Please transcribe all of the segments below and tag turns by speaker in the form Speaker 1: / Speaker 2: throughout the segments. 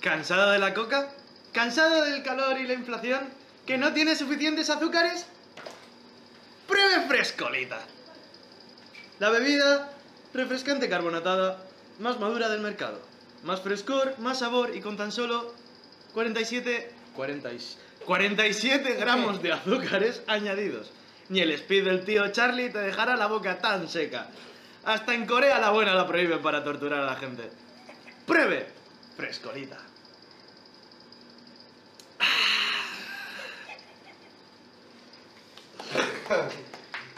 Speaker 1: ¿Cansado de la coca? ¿Cansado del calor y la inflación? ¿Que no tiene suficientes azúcares? ¡Pruebe frescolita! La bebida refrescante carbonatada más madura del mercado. Más frescor, más sabor y con tan solo 47... 40 y- 47 gramos de azúcares añadidos. Ni el speed del tío Charlie te dejará la boca tan seca. Hasta en Corea la buena la prohíben para torturar a la gente. ¡Pruebe! Frescolita.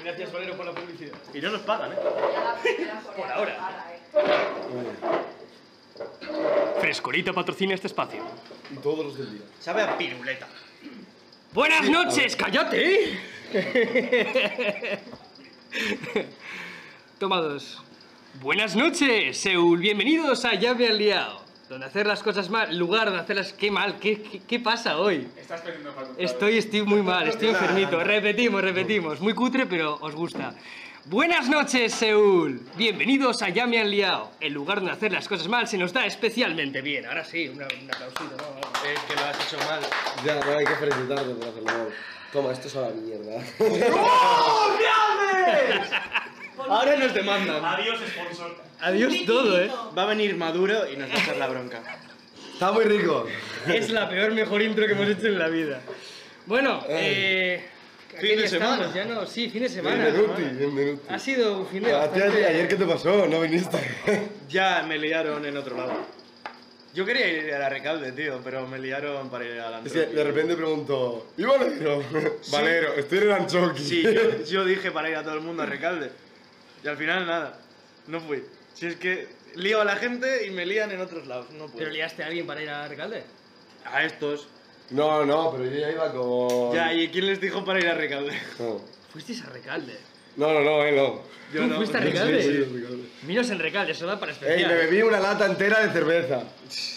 Speaker 2: Gracias, Valero, por la publicidad.
Speaker 1: Y no nos pagan, ¿eh?
Speaker 3: Por
Speaker 2: ahora. Frescolita patrocina este espacio.
Speaker 4: Y todos los del día.
Speaker 1: Sabe a piruleta.
Speaker 2: Buenas noches, cállate. Toma dos. Buenas noches, Seúl. Bienvenidos a Ya me han liado. Donde hacer las cosas mal, lugar donde hacerlas qué mal, qué, qué- qué pasa hoy.
Speaker 5: Estás perdiendo facultades.
Speaker 2: Estoy, estoy muy mal, estoy enfermito. Repetimos, repetimos. Muy cutre, pero os gusta. Buenas noches, Seúl. Bienvenidos a Ya me han liado. El lugar donde hacer las cosas mal se nos da especialmente bien. Ahora sí, una, un aplausito, ¿no? Vamos.
Speaker 1: Es que lo has hecho mal.
Speaker 4: Ya, ahora hay que felicitarte por hacerlo. mal. Toma, esto es a la mierda.
Speaker 1: Ahora nos demandan.
Speaker 5: Adiós, sponsor.
Speaker 2: Adiós todo, ¿eh?
Speaker 1: Va a venir Maduro y nos va a echar la bronca.
Speaker 4: Está muy rico.
Speaker 2: Es la peor, mejor intro que hemos hecho en la vida. Bueno, eh... ¿a
Speaker 1: Fin
Speaker 2: qué
Speaker 1: de
Speaker 2: día estamos?
Speaker 1: semana.
Speaker 2: Ya no, sí, fin de semana.
Speaker 4: Bienvenuti, bienvenuti.
Speaker 1: Ah,
Speaker 2: Ha sido un fin de
Speaker 4: A ti, a ti,
Speaker 2: bastante-
Speaker 4: ayer, ¿qué Ah, te pasó? No viniste.
Speaker 1: Ya me liaron en otro lado. Yo quería ir a la recalde, tío, pero me liaron para ir a la
Speaker 4: Es que de repente pregunto, ¿y Valero? Valero, estoy en el Anchoqui.
Speaker 1: Sí, yo, yo dije para ir a todo el mundo a recalde. Y al final nada. No fui. Si es que lío a la gente y me lían en otros lados. No puedo.
Speaker 2: ¿Pero liaste a alguien para ir a Recalde?
Speaker 1: A estos.
Speaker 4: No, no, pero yo ya iba con...
Speaker 1: Ya, ¿y quién les dijo para ir a recalde?
Speaker 4: No,
Speaker 2: Fuisteis a Recalde.
Speaker 4: no, no, no, eh, no.
Speaker 1: Yo
Speaker 2: ¿Tú
Speaker 1: no.
Speaker 2: fuiste a
Speaker 4: Sí,
Speaker 2: Recalde?
Speaker 4: sí, sí, sí.
Speaker 2: Minos en Recalde, eso da para
Speaker 4: Ey,
Speaker 2: especial.
Speaker 4: me bebí una lata entera de cerveza.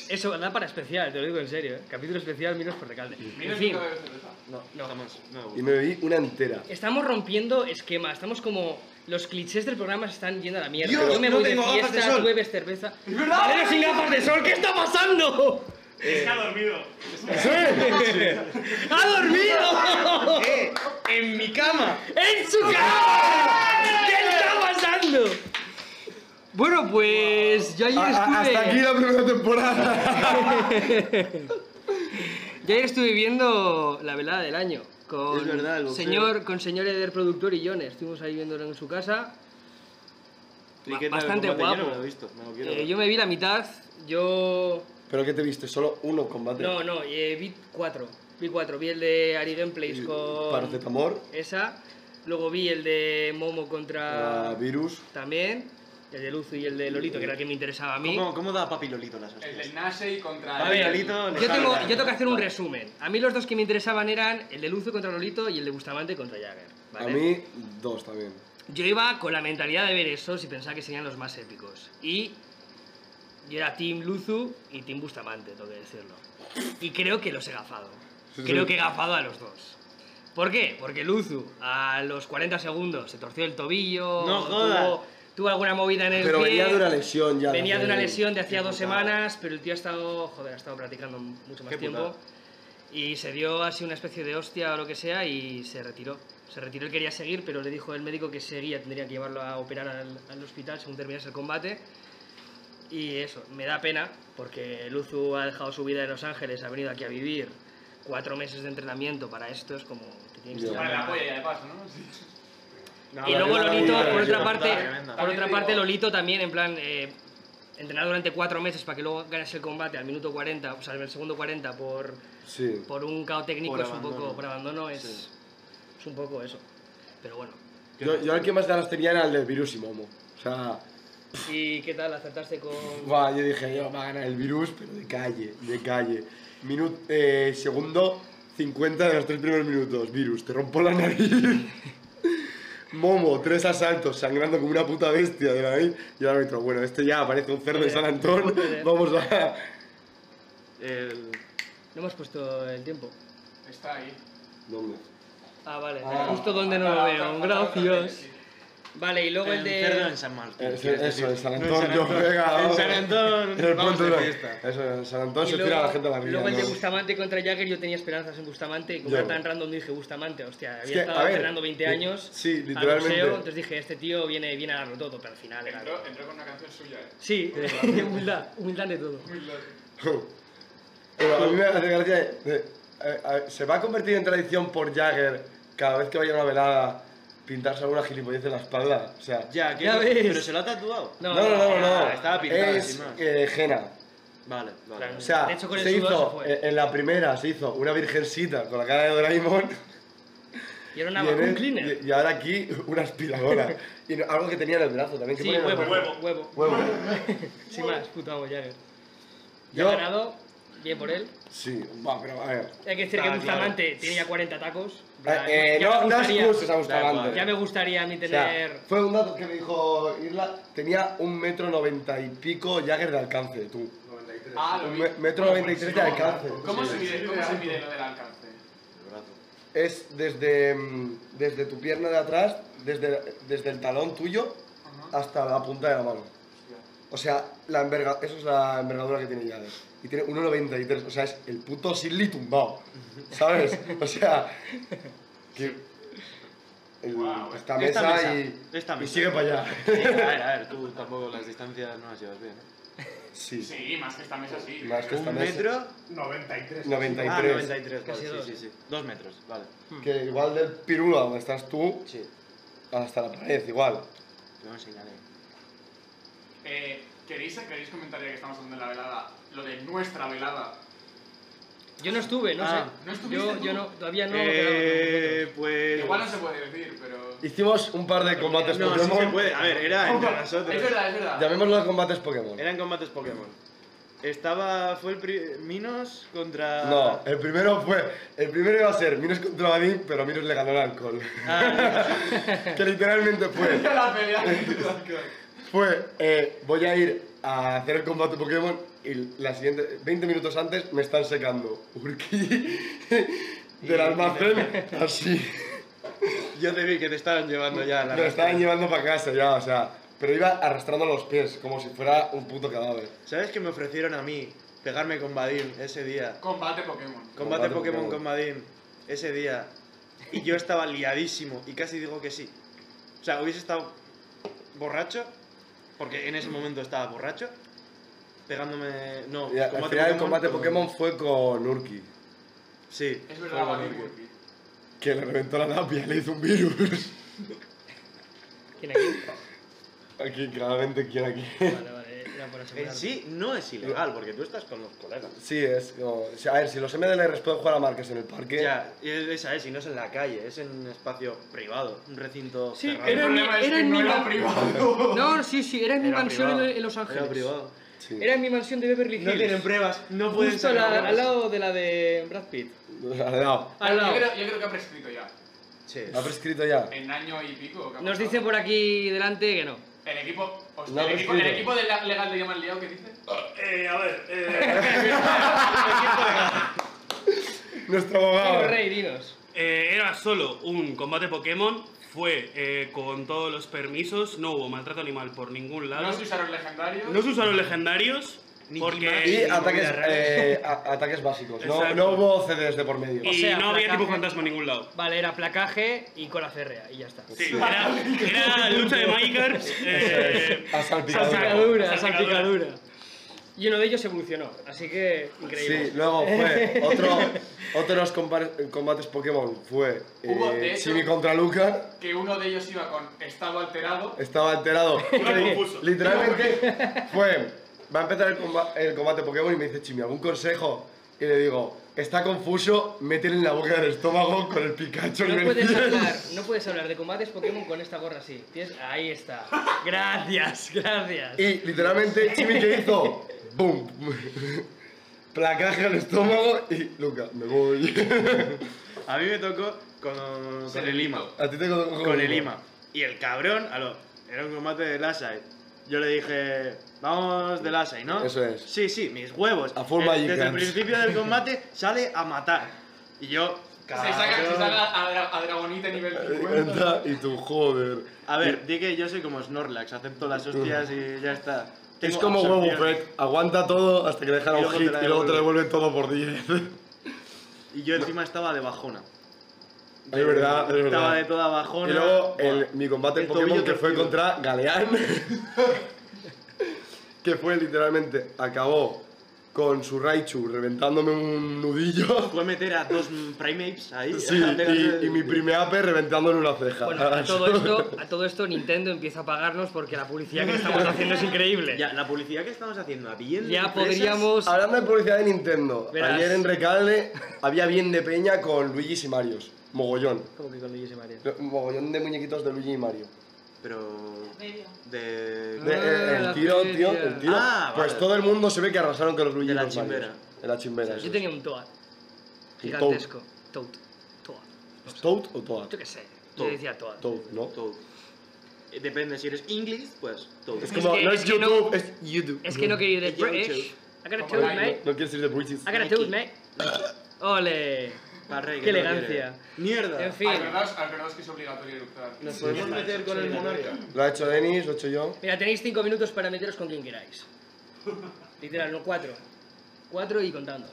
Speaker 2: Eso da para especial, te lo digo en serio. ¿eh? Capítulo especial, Minos por Recalde. En
Speaker 5: Mira
Speaker 2: fin,
Speaker 5: nunca bebe cerveza.
Speaker 1: No, no, jamás. No.
Speaker 4: Y me bebí una entera.
Speaker 2: estamos rompiendo esquema, estamos como... Los clichés del programa se están yendo a la mierda.
Speaker 1: Dios,
Speaker 2: Yo me
Speaker 1: no
Speaker 2: voy
Speaker 1: tengo
Speaker 2: de
Speaker 1: gafas de
Speaker 2: fiesta,
Speaker 1: sol.
Speaker 2: tú bebes cerveza.
Speaker 5: verdad!
Speaker 2: ¡Valero sin gafas de sol! ¿Qué está pasando?
Speaker 5: Es que ha dormido.
Speaker 2: ¡Ha dormido!
Speaker 1: ¡Eh! ¡En mi cama!
Speaker 2: ¡En su casa! ¿Qué está pasando? Bueno, pues yo ayer
Speaker 4: A- a-
Speaker 2: estuve.
Speaker 4: Ah, hasta aquí la primera temporada.
Speaker 2: Yo ayer estuve viendo la velada del año. Con
Speaker 1: Es verdad, el boxeo.
Speaker 2: señor, con señor Eder Productor y Jones. Estuvimos ahí viéndolo en su casa.
Speaker 1: ¿Y qué tal?
Speaker 2: Bastante
Speaker 1: Combate, Yo no
Speaker 2: guapo.
Speaker 1: lo he visto. No, quiero
Speaker 2: Eh,
Speaker 1: ver.
Speaker 2: yo me vi la mitad. Yo.
Speaker 4: ¿Pero qué te viste? ¿Solo uno combate?
Speaker 2: No, no, eh, vi cuatro. Vi cuatro. Vi el de Ari Gameplays con.
Speaker 4: Paracetamol,
Speaker 2: Esa. Luego vi el de Momo contra.
Speaker 4: ah, virus.
Speaker 2: También. El de Luzu y el de Lolito, que era el que me interesaba a mí.
Speaker 1: ¿Cómo, cómo da Papi Lolito las
Speaker 5: El
Speaker 1: hostias?
Speaker 5: de Nasey contra.
Speaker 1: Papi Lolito... le
Speaker 2: Yo
Speaker 1: sabe
Speaker 2: tengo,
Speaker 1: dar.
Speaker 2: yo tengo que hacer un resumen. A mí los dos que me interesaban eran el de Luzu contra Lolito y el de Bustamante contra Jagger. ¿vale?
Speaker 4: A mí, dos también.
Speaker 2: Yo iba con la mentalidad de ver esos y pensaba que serían los más épicos. Y yo era Team Luzu y Team Bustamante, tengo que decirlo. Y creo que los he gafado. Creo que he gafado a los dos. ¿Por qué? Porque Luzu a los 40 segundos se torció el tobillo.
Speaker 1: No
Speaker 2: o
Speaker 1: jodas.
Speaker 2: Tuvo, tuvo alguna movida en el
Speaker 4: Pero
Speaker 2: pie.
Speaker 4: venía de una lesión ya.
Speaker 2: Venía de una
Speaker 4: hace-
Speaker 2: lesión de hacía dos semanas, pero el tío ha estado, joder, ha estado practicando mucho más
Speaker 1: Qué
Speaker 2: tiempo.
Speaker 1: putada.
Speaker 2: Y se dio así una especie de hostia o lo que sea y se retiró. Se retiró, él quería seguir, pero le dijo el médico que seguía, tendría que llevarlo a operar al, al hospital según terminase el combate. Y eso, me da pena, porque Luzu ha dejado su vida en Los Ángeles, ha venido aquí a vivir cuatro meses de entrenamiento para esto, es como que tiene que
Speaker 4: Ya.
Speaker 2: estar
Speaker 5: Para la polla ya de paso, ¿no? Sí.
Speaker 1: No,
Speaker 2: y
Speaker 4: la
Speaker 2: luego
Speaker 4: verdad,
Speaker 2: Lolito,
Speaker 4: la vida,
Speaker 2: por
Speaker 4: la
Speaker 2: otra
Speaker 4: vida.
Speaker 2: parte,
Speaker 1: Tremenda.
Speaker 2: por otra
Speaker 5: También te
Speaker 2: parte
Speaker 5: digo-
Speaker 2: Lolito también, en plan, eh, entrenar durante cuatro meses para que luego ganes el combate al minuto 40, o sea, en el segundo 40 por,
Speaker 4: Sí.
Speaker 2: por un KO técnico
Speaker 1: Por
Speaker 2: es un poco,
Speaker 1: abandono.
Speaker 2: por abandono es,
Speaker 1: Sí.
Speaker 2: es un poco eso. Pero bueno.
Speaker 4: Yo, yo el que más ganas tenía era el de virus y momo. O sea,
Speaker 2: ¿Y qué tal? ¿Acertaste con...?
Speaker 4: va, yo dije, yo, va a ganar el virus, pero de calle, de calle. Minuto, eh, segundo 50 de los tres primeros minutos. Virus, te rompo la nariz. Momo, tres asaltos, sangrando como una puta bestia de la nariz. Y el árbitro, bueno, este ya parece un cerdo de San Antón. Vamos a.
Speaker 1: El...
Speaker 2: No hemos puesto el tiempo.
Speaker 5: Está ahí.
Speaker 4: No, hombre.
Speaker 2: Ah, vale.
Speaker 4: Ah.
Speaker 2: Justo donde no lo
Speaker 5: Falta-
Speaker 2: veo.
Speaker 5: falta- falta-
Speaker 2: Gracias.
Speaker 5: sí.
Speaker 2: Vale, y luego el de.
Speaker 1: Eh, Perdón, en San Martín.
Speaker 4: Eh,
Speaker 1: quieres
Speaker 4: Eso, en
Speaker 1: decir.
Speaker 4: San
Speaker 1: No,
Speaker 4: Antonio, venga.
Speaker 1: En
Speaker 4: vamos.
Speaker 1: San Antonio.
Speaker 4: En el
Speaker 1: vamos
Speaker 4: puente
Speaker 1: de
Speaker 4: de
Speaker 1: fiesta.
Speaker 4: Eso, en San Antonio
Speaker 2: y
Speaker 4: se
Speaker 2: luego-
Speaker 4: tira a la gente a la mierda.
Speaker 2: Luego el de
Speaker 4: ¿no?
Speaker 2: Bustamante contra Jagger, yo tenía esperanzas en Bustamante. y Como
Speaker 4: Yo.
Speaker 2: era tan random, dije Bustamante, hostia,
Speaker 4: Es
Speaker 2: había
Speaker 4: que, a
Speaker 2: estado
Speaker 4: ver,
Speaker 2: entrenando 20
Speaker 4: li-
Speaker 2: años.
Speaker 4: sí,
Speaker 2: al
Speaker 4: literalmente.
Speaker 2: boxeo, entonces dije, este tío viene, viene a darlo todo, pero al final era.
Speaker 5: Entró, entró con una canción suya, eh.
Speaker 2: Sí, de humildad, humildad de todo.
Speaker 5: Muy loco.
Speaker 4: Pero a mí me hace gracia. eh, eh, eh, ¿Se va a convertir en tradición por Jagger cada vez que vaya a una velada pintarse alguna gilipollez en la espalda? O sea.
Speaker 1: Ya, que-
Speaker 2: Ya ves.
Speaker 1: Pero se lo ha tatuado.
Speaker 4: No, no, no, no.
Speaker 2: Ah,
Speaker 1: no, estaba pintada,
Speaker 4: Es
Speaker 1: sin más.
Speaker 4: eh, Jena.
Speaker 1: Vale, vale.
Speaker 2: Claro.
Speaker 4: O sea,
Speaker 2: De hecho, con el
Speaker 4: se
Speaker 2: sudor se
Speaker 4: hizo,
Speaker 2: fue.
Speaker 4: eh, en la primera se hizo una virgencita con la cara de Doraemon
Speaker 2: Y era
Speaker 4: y,
Speaker 2: una
Speaker 4: en
Speaker 2: vacuum
Speaker 4: el-
Speaker 2: cleaner.
Speaker 4: y- y ahora aquí una aspiradora. y no- algo que tenía en el brazo también. que
Speaker 2: Sí,
Speaker 4: ponía en el
Speaker 2: huevo,
Speaker 4: brazo.
Speaker 2: huevo, huevo.
Speaker 4: Huevo.
Speaker 2: Sin más, puto amo Jagger. Ya
Speaker 4: Yo-
Speaker 2: ha ganado, bien por él.
Speaker 4: Sí, va, pero a ver.
Speaker 2: Hay que decir
Speaker 1: Ah,
Speaker 2: que
Speaker 1: claro.
Speaker 2: Bustamante tenía ya 40 tacos. Ya-
Speaker 4: Eh, eh,
Speaker 2: ya me
Speaker 4: no, no
Speaker 2: gustaría-
Speaker 4: excuses a
Speaker 1: Da igual.
Speaker 4: Bustamante.
Speaker 2: Ya me gustaría a mí
Speaker 4: O sea,
Speaker 2: tener.
Speaker 4: fue un dato que me dijo Irla. Tenía un metro noventa y pico Jagger de alcance, tú.
Speaker 5: Ah, lo
Speaker 4: Un
Speaker 5: vi.
Speaker 4: me-
Speaker 5: pues,
Speaker 4: metro noventa y tres de alcance.
Speaker 5: ¿Cómo
Speaker 4: Sí.
Speaker 5: se mide, cómo se mide lo del alcance?
Speaker 1: El brazo.
Speaker 4: Es desde, mm, desde tu pierna de atrás, desde, desde el talón tuyo, hasta la punta de la mano. O sea, la enverga, eso es la envergadura que tiene Jagger. Y tiene 1,93. O sea, es el puto Sidley tumbado. ¿Sabes? O sea, que. el-
Speaker 5: Guau,
Speaker 4: esta,
Speaker 5: eh.
Speaker 1: Esta
Speaker 4: mesa
Speaker 1: mesa,
Speaker 4: y,
Speaker 1: esta
Speaker 4: y
Speaker 1: mesa.
Speaker 4: sigue para allá.
Speaker 1: Sí, a ver, a ver, tú tampoco las distancias no las llevas bien. ¿eh?
Speaker 4: Sí,
Speaker 5: Sí, más que esta mesa sí.
Speaker 4: Más que esta
Speaker 1: Un
Speaker 4: mesa.
Speaker 1: metro.
Speaker 6: 93.
Speaker 1: Ah,
Speaker 4: 93.
Speaker 1: 93,
Speaker 2: Casi
Speaker 1: vale,
Speaker 2: dos.
Speaker 1: sí, sí, sí. Dos metros, vale.
Speaker 4: que igual de pirula donde estás tú,
Speaker 1: Sí,
Speaker 4: hasta la pared, igual.
Speaker 1: yo me señalé.
Speaker 5: Eh, ¿queréis, ¿Queréis comentar ya que estamos hablando de la velada? Lo de nuestra velada.
Speaker 2: Yo no estuve, no
Speaker 1: Ah,
Speaker 2: sé.
Speaker 5: ¿no estuviste
Speaker 2: yo,
Speaker 5: tú?
Speaker 2: yo no, todavía no.
Speaker 1: Eh, pues...
Speaker 5: Igual no se puede decir, pero.
Speaker 4: Hicimos un par de combates
Speaker 1: No, sí
Speaker 4: Pokémon.
Speaker 1: se puede. A ver, era entre
Speaker 5: Es
Speaker 1: nosotros.
Speaker 5: verdad, es verdad.
Speaker 4: Llamémoslo de combates Pokémon.
Speaker 1: Eran combates Pokémon. Estaba... Fue el pri- Minos contra...
Speaker 4: No, el primero fue. El primero iba a ser Minos contra Badin, pero Minos le ganó el alcohol.
Speaker 1: Ah,
Speaker 4: que literalmente fue.
Speaker 5: la pelea.
Speaker 4: Fue, eh, voy a ir a hacer el combate Pokémon y la siguiente. 20 minutos antes me están secando. Urki del almacén, así.
Speaker 1: Yo te vi que te estaban llevando ya a la...
Speaker 4: Me lo
Speaker 1: rasta.
Speaker 4: estaban llevando para casa ya, o sea. Pero iba arrastrando los pies, como si fuera un puto cadáver.
Speaker 1: ¿Sabes que me ofrecieron a mí pegarme con Vadim ese día?
Speaker 5: Combate Pokémon.
Speaker 1: Combate
Speaker 4: Combate
Speaker 1: Pokémon,
Speaker 4: Pokémon.
Speaker 1: con Vadim ese día. Y yo estaba liadísimo y casi digo que sí. O sea, hubiese estado borracho, porque en ese momento estaba borracho, pegándome... No,
Speaker 4: Y al al final el combate
Speaker 1: con-
Speaker 4: Pokémon fue con Urki,
Speaker 1: Sí.
Speaker 5: Es verdad,
Speaker 1: fue con
Speaker 5: Vadim.
Speaker 1: Urki.
Speaker 4: que le reventó la napia, le hizo un virus.
Speaker 2: ¿Quién aquí?
Speaker 4: Aquí, claramente, ¿quién aquí?
Speaker 2: Vale, vale, era por
Speaker 1: En
Speaker 2: asegurar.
Speaker 1: sí no es ilegal, porque tú estás con los colegas.
Speaker 4: Sí, es como... o sea, A ver, si los MDLRs pueden jugar a marcas en el parque...
Speaker 1: Ya, y es- esa es, y no es en la calle, es en un espacio privado, un recinto
Speaker 2: Sí,
Speaker 1: cerrado.
Speaker 5: El
Speaker 2: Era en mi-
Speaker 5: problema es
Speaker 2: era
Speaker 5: que
Speaker 2: en
Speaker 5: no
Speaker 2: mi
Speaker 5: era
Speaker 2: mano.
Speaker 5: privado.
Speaker 2: No, sí, sí, era en mi
Speaker 1: Era
Speaker 2: mansión
Speaker 1: privado,
Speaker 2: en, en Los Ángeles.
Speaker 1: Era privado.
Speaker 4: Sí.
Speaker 2: Era en mi mansión de Beverly Hills.
Speaker 1: No tienen pruebas, no pueden
Speaker 2: Justo
Speaker 1: sacar
Speaker 2: la-
Speaker 1: pruebas.
Speaker 2: al lado de la de Brad Pitt.
Speaker 4: Al lado.
Speaker 2: Al
Speaker 5: Yo
Speaker 2: lado.
Speaker 5: creo, yo creo que ha prescrito ya.
Speaker 1: Sí.
Speaker 4: ¿Lo ha prescrito ya?
Speaker 5: En año y pico. ¿qué ha
Speaker 2: Nos
Speaker 5: pasado?
Speaker 2: dice por aquí delante que no.
Speaker 5: El equipo. hostia,
Speaker 4: No ha
Speaker 5: el, equipo el
Speaker 4: prescrito.
Speaker 5: equipo de la- legal de Yamal Liao, ¿qué dice?
Speaker 6: Eh, a ver, eh,
Speaker 4: Nuestro
Speaker 2: Pero
Speaker 4: abogado.
Speaker 2: rey, dinos.
Speaker 6: eh, era solo un combate Pokémon, fue eh, con todos los permisos, no hubo maltrato animal por ningún lado.
Speaker 5: No se usaron legendarios.
Speaker 6: No se usaron legendarios,
Speaker 1: Ni Kimashi,
Speaker 4: Y
Speaker 6: porque...
Speaker 4: ataques, eh, a- ataques básicos. No,
Speaker 6: Exacto.
Speaker 4: no hubo CDs de por medio.
Speaker 6: Y
Speaker 2: O sea,
Speaker 6: no había
Speaker 2: placaje.
Speaker 6: tipo fantasma en ningún lado.
Speaker 2: Vale, era placaje y cola férrea, y ya está.
Speaker 6: Sí, era, era lucha de Magikarps. Eh,
Speaker 4: A salpicadura.
Speaker 2: Salpicadura,
Speaker 6: Salpicadura.
Speaker 2: salpicadura. Y uno de ellos evolucionó, así que increíble.
Speaker 4: Sí, luego fue otro, otros compa- combates Pokémon fue
Speaker 5: Hubo, de
Speaker 4: eh,
Speaker 5: hecho-
Speaker 4: Chibi contra Luca,
Speaker 5: Que uno de ellos iba con estado alterado.
Speaker 4: estaba alterado.
Speaker 6: confuso.
Speaker 4: Literalmente fue, va a empezar el, comba- el combate Pokémon y me dice Chimi, ¿algún consejo? Y le digo, está confuso, métele en la boca del estómago con el Pikachu.
Speaker 2: No
Speaker 4: nivel
Speaker 2: puedes
Speaker 4: 100".
Speaker 2: hablar, no puedes hablar de combates Pokémon con esta gorra así. Tienes- Ahí está. Gracias, gracias.
Speaker 4: Y literalmente Chimi que hizo, ¡boom! Placaje al estómago y Luca, me voy.
Speaker 1: A mí me tocó con, con el Lima.
Speaker 4: A ti te con,
Speaker 1: Con el Lima. Y el cabrón, a lo, era un combate de Lasai. Yo le dije, vamos de Lasai, ¿no?
Speaker 4: Eso es.
Speaker 1: Sí, sí, mis huevos.
Speaker 4: A full
Speaker 1: Eh, Desde el
Speaker 4: Magikarps.
Speaker 1: principio del combate sale a matar. Y yo,
Speaker 5: Se saca, se
Speaker 1: cabrón.
Speaker 5: saca a, Dra- a Dragonite
Speaker 2: Eh,
Speaker 5: nivel 50.
Speaker 4: Entra y tú, joder.
Speaker 1: A ver, di que yo soy como Snorlax, acepto las hostias y ya está.
Speaker 4: es como huevo,
Speaker 1: absorción.
Speaker 4: Fred. Aguanta todo hasta que le dejan
Speaker 1: Y
Speaker 4: un
Speaker 1: luego te
Speaker 4: hit
Speaker 1: la
Speaker 4: y luego te lo
Speaker 1: devuelve.
Speaker 4: devuelven todo por 10.
Speaker 1: Y yo encima estaba de bajona.
Speaker 4: Es verdad, es
Speaker 1: Estaba de
Speaker 4: verdad.
Speaker 1: toda bajona.
Speaker 4: Y luego
Speaker 1: Buah.
Speaker 4: el- mi combate en
Speaker 1: El tobillo
Speaker 4: Pokémon que fue
Speaker 1: torcido.
Speaker 4: contra Galeán. que fue literalmente, acabó con su Raichu reventándome un nudillo.
Speaker 1: Fue meter a dos Primates ahí.
Speaker 4: Sí,
Speaker 1: a pegarse-
Speaker 4: y, y mi primer ape reventándole una ceja.
Speaker 2: Bueno, a todo, esto, a todo esto Nintendo empieza a pagarnos porque la publicidad que estamos haciendo es increíble.
Speaker 1: Ya, la publicidad que estamos haciendo a bien de
Speaker 2: Ya
Speaker 1: empresas-
Speaker 2: podríamos...
Speaker 4: Hablando de publicidad de Nintendo,
Speaker 2: Verás.
Speaker 4: ayer en Recalde había bien de peña con Luigi y Marios. Mogollón.
Speaker 2: Como que con Luigi y Mario.
Speaker 4: Mogollón de muñequitos de Luigi y Mario.
Speaker 1: Pero.
Speaker 7: Medio.
Speaker 1: De.
Speaker 4: De- eh,
Speaker 2: Ah, la
Speaker 4: el tiro,
Speaker 2: feria.
Speaker 4: tío, el tiro.
Speaker 1: Ah,
Speaker 4: pues
Speaker 1: vale.
Speaker 4: todo el mundo se ve que arrasaron con los Luigi
Speaker 1: De
Speaker 4: y
Speaker 1: la
Speaker 4: los Marios.
Speaker 1: chimbera.
Speaker 4: De la chimbera. eso
Speaker 2: Yo
Speaker 4: es.
Speaker 2: tenía un
Speaker 4: Un
Speaker 2: Toad.
Speaker 4: Toad.
Speaker 2: Gigantesco. Toad. Toad.
Speaker 4: ¿Toad o Toad?
Speaker 2: Yo qué sé. Yo
Speaker 1: Toad.
Speaker 2: decía Toad.
Speaker 4: Toad, ¿no?
Speaker 1: Todo. Eh, Depende, si eres English, pues todo.
Speaker 4: Es
Speaker 2: que-
Speaker 4: como, no
Speaker 2: es
Speaker 4: es
Speaker 2: que no-
Speaker 4: YouTube, es YouTube.
Speaker 2: Es que no ¿eh? quería ir de
Speaker 1: Yo, Toad.
Speaker 2: British. I got a
Speaker 5: Como
Speaker 2: Toad,
Speaker 5: Lilo.
Speaker 2: mate.
Speaker 4: No quieres ir de British.
Speaker 2: I got a Toad, mate. Ole.
Speaker 1: Para rey,
Speaker 2: Qué
Speaker 1: que no
Speaker 2: elegancia.
Speaker 1: quiere. Mierda.
Speaker 2: En fin.
Speaker 5: Acordaos, acordaos que es obligatorio eructar.
Speaker 1: Nos podemos meter con el monarca.
Speaker 4: Lo ha hecho Denis, lo he hecho yo.
Speaker 2: Mira, tenéis 5 minutos para meteros con quien queráis. Literal, no 4. 4 y contando.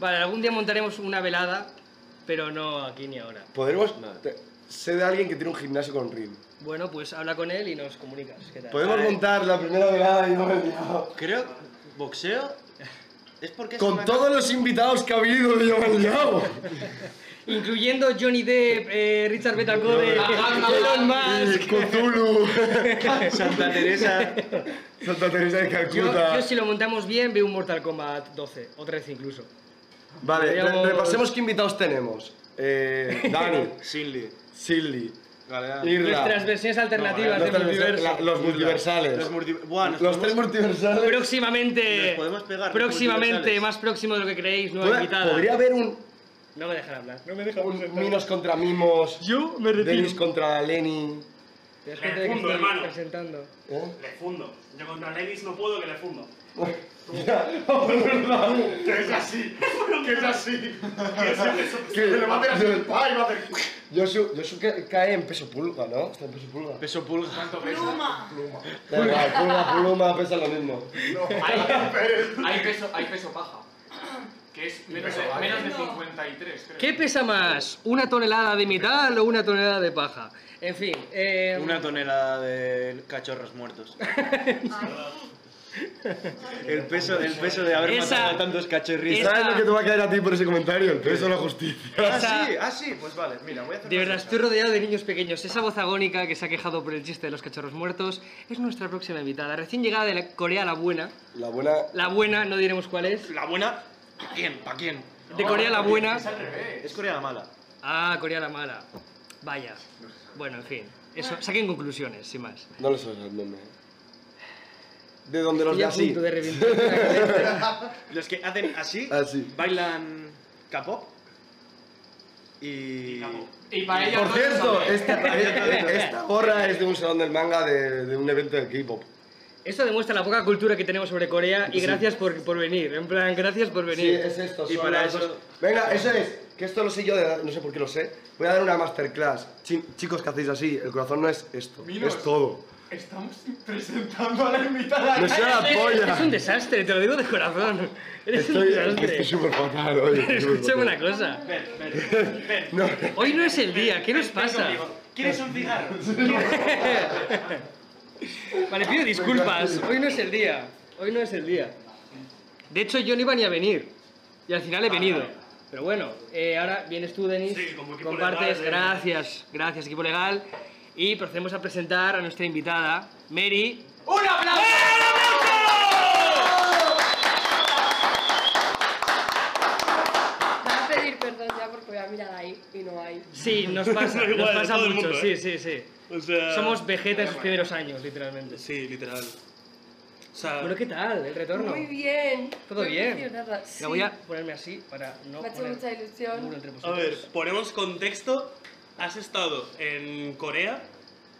Speaker 2: vale, algún día montaremos una velada, pero no aquí ni ahora.
Speaker 4: Podremos. te- sé de alguien que tiene un gimnasio con ring.
Speaker 2: Bueno, pues habla con él y nos comunicas. ¿Qué tal?
Speaker 4: Podemos
Speaker 1: Ay.
Speaker 4: montar la primera velada y no me he liado.
Speaker 1: Creo. Boxeo. Es porque. es
Speaker 4: Con
Speaker 1: una-
Speaker 4: todos los invitados que ha habido, yo me he liado.
Speaker 2: Incluyendo Johnny Depp, eh, Richard Betancourt, Elon Musk.
Speaker 4: Cthulhu.
Speaker 1: Santa Teresa.
Speaker 4: Santa Teresa de
Speaker 2: Yo,
Speaker 4: Calcuta.
Speaker 2: yo si lo montamos bien veo un Mortal Kombat 12 o 13 incluso.
Speaker 4: Vale, re-
Speaker 2: podríamos-
Speaker 4: repasemos qué invitados tenemos. Eh, Dani,
Speaker 1: Sinly.
Speaker 4: Silly,
Speaker 1: Galeano.
Speaker 2: Nuestras
Speaker 4: Irla.
Speaker 2: versiones
Speaker 4: los
Speaker 2: alternativas del
Speaker 4: tres-
Speaker 2: multiverso.
Speaker 4: la- los multiversales.
Speaker 1: Los, multi... Buah, nos
Speaker 4: Los tres
Speaker 1: podemos-
Speaker 4: multiversales.
Speaker 2: Próximamente,
Speaker 1: Nos podemos pegar, los
Speaker 2: próximamente,
Speaker 1: multiversales.
Speaker 2: más próximo de lo que creéis, nueva invitada.
Speaker 4: Podría haber un,
Speaker 2: No me dejan hablar. No me dejan
Speaker 4: un Minos contra Mimos.
Speaker 2: Yo me
Speaker 4: Denis contra Lenny.
Speaker 2: Te das
Speaker 6: Me
Speaker 2: cuenta de que
Speaker 6: fundo,
Speaker 2: estoy
Speaker 6: hermano.
Speaker 2: presentando.
Speaker 4: ¿Eh?
Speaker 6: Le fundo. Yo contra Levis no puedo que le fundo.
Speaker 5: Que es así. Que es así.
Speaker 4: ¿Qué?
Speaker 5: Que le va a hacer así. ¡Ay, va a hacer!
Speaker 4: Yosu, Yosu ca- cae en peso pulga, ¿no? Está en peso pulga.
Speaker 1: Peso pulga.
Speaker 5: ¿Cuánto pesa?
Speaker 7: Pluma.
Speaker 4: Da igual, pulga, pluma, pesa lo mismo.
Speaker 5: Hay, hay peso, hay peso paja. Que es menos de, menos de
Speaker 7: No.
Speaker 5: 53, creo.
Speaker 2: ¿Qué pesa más? ¿Una tonelada de metal o una tonelada de paja? En fin, eh,
Speaker 1: Una tonelada de cachorros muertos. el, peso, el peso de haber
Speaker 2: Esa-
Speaker 1: matado a tantos cachorritos.
Speaker 2: esa-
Speaker 4: ¿Sabes lo que te va a caer a ti por ese comentario? El peso de la justicia.
Speaker 1: Ah,
Speaker 2: esa-
Speaker 1: sí, ah, sí, pues vale, mira, voy a hacer.
Speaker 2: de
Speaker 1: una
Speaker 2: verdad,
Speaker 1: cosa.
Speaker 2: estoy rodeado de niños pequeños. Esa voz agónica que se ha quejado por el chiste de los cachorros muertos es nuestra próxima invitada, recién llegada de la Corea la Buena.
Speaker 4: La buena.
Speaker 2: La Buena, no diremos cuál es.
Speaker 1: La buena. ¿Para quién? ¿Para quién?
Speaker 2: De Corea la Buena.
Speaker 5: Es al revés.
Speaker 1: Es Corea la mala.
Speaker 2: Ah, Corea la Mala. Vaya. Bueno, en fin. Eso, saquen conclusiones, sin más.
Speaker 4: No lo sabes el nombre. De donde los
Speaker 2: Estoy
Speaker 4: de
Speaker 2: a
Speaker 4: así.
Speaker 2: punto de reventar la cabeza.
Speaker 1: Los que hacen así,
Speaker 4: Así.
Speaker 1: bailan K-pop. Y.
Speaker 5: Y para ella
Speaker 4: Por
Speaker 5: todo
Speaker 4: cierto,
Speaker 5: eso-
Speaker 4: esta, esta gorra es de un salón del manga de, de un evento de K-pop.
Speaker 2: Esto demuestra la poca cultura que tenemos sobre Corea y gracias por, por venir. En plan, gracias por
Speaker 4: Sí,
Speaker 2: venir.
Speaker 4: es esto.
Speaker 1: Y
Speaker 4: son
Speaker 1: para
Speaker 4: las
Speaker 1: eso-
Speaker 4: dos- Venga, eso es. Que esto lo sé yo, de- no sé por qué lo sé. Voy a dar una masterclass. Chi- chicos, que hacéis así? El corazón no es esto,
Speaker 5: Minos.
Speaker 4: es todo.
Speaker 5: Estamos presentando a la invitada.
Speaker 4: Me suena la
Speaker 2: Ah, Es-
Speaker 4: polla.
Speaker 2: Es un desastre, te lo digo de corazón. Eres un
Speaker 4: Estoy, estoy
Speaker 2: desastre.
Speaker 4: súper fatal hoy. estoy súper fatal.
Speaker 2: Escúchame una cosa.
Speaker 1: Ven, ven, ven.
Speaker 4: No,
Speaker 2: Hoy no es el día, ¿qué nos pasa?
Speaker 1: ¿Quieres un cigarro?
Speaker 2: Vale, pido disculpas. Hoy no es el día. Hoy no es el día. De hecho, yo no iba ni a venir. Y al final he venido. Pero bueno, eh, ahora vienes tú, Denis.
Speaker 6: Sí, como equipo
Speaker 2: compartes.
Speaker 6: legal, eh.
Speaker 2: gracias, gracias, equipo legal. Y procedemos a presentar a nuestra invitada, Mary.
Speaker 5: ¡Un aplauso!
Speaker 7: Van a pedir perdón ya porque voy a mirar ahí y no hay.
Speaker 2: Sí, nos pasa,
Speaker 6: Da
Speaker 2: nos
Speaker 6: igual, a
Speaker 2: pasa
Speaker 6: todo el
Speaker 2: mucho.
Speaker 6: mundo,
Speaker 2: Sí,
Speaker 6: ¿eh? Ah.
Speaker 2: sí, sí.
Speaker 6: O sea.
Speaker 2: Somos Vegeta en sus primeros años, literalmente.
Speaker 6: Sí, literal. O sea.
Speaker 2: Bueno, ¿qué tal? ¿El retorno?
Speaker 7: Muy bien.
Speaker 2: ¿Todo
Speaker 7: Muy
Speaker 2: bien?
Speaker 7: emocionada, sí.
Speaker 2: La voy a ponerme así para no
Speaker 7: Me ha hecho
Speaker 2: poner
Speaker 7: mucha
Speaker 2: muro
Speaker 7: ilusión.
Speaker 2: entre
Speaker 6: A
Speaker 2: vosotros.
Speaker 6: ver, ponemos contexto. Has estado en Corea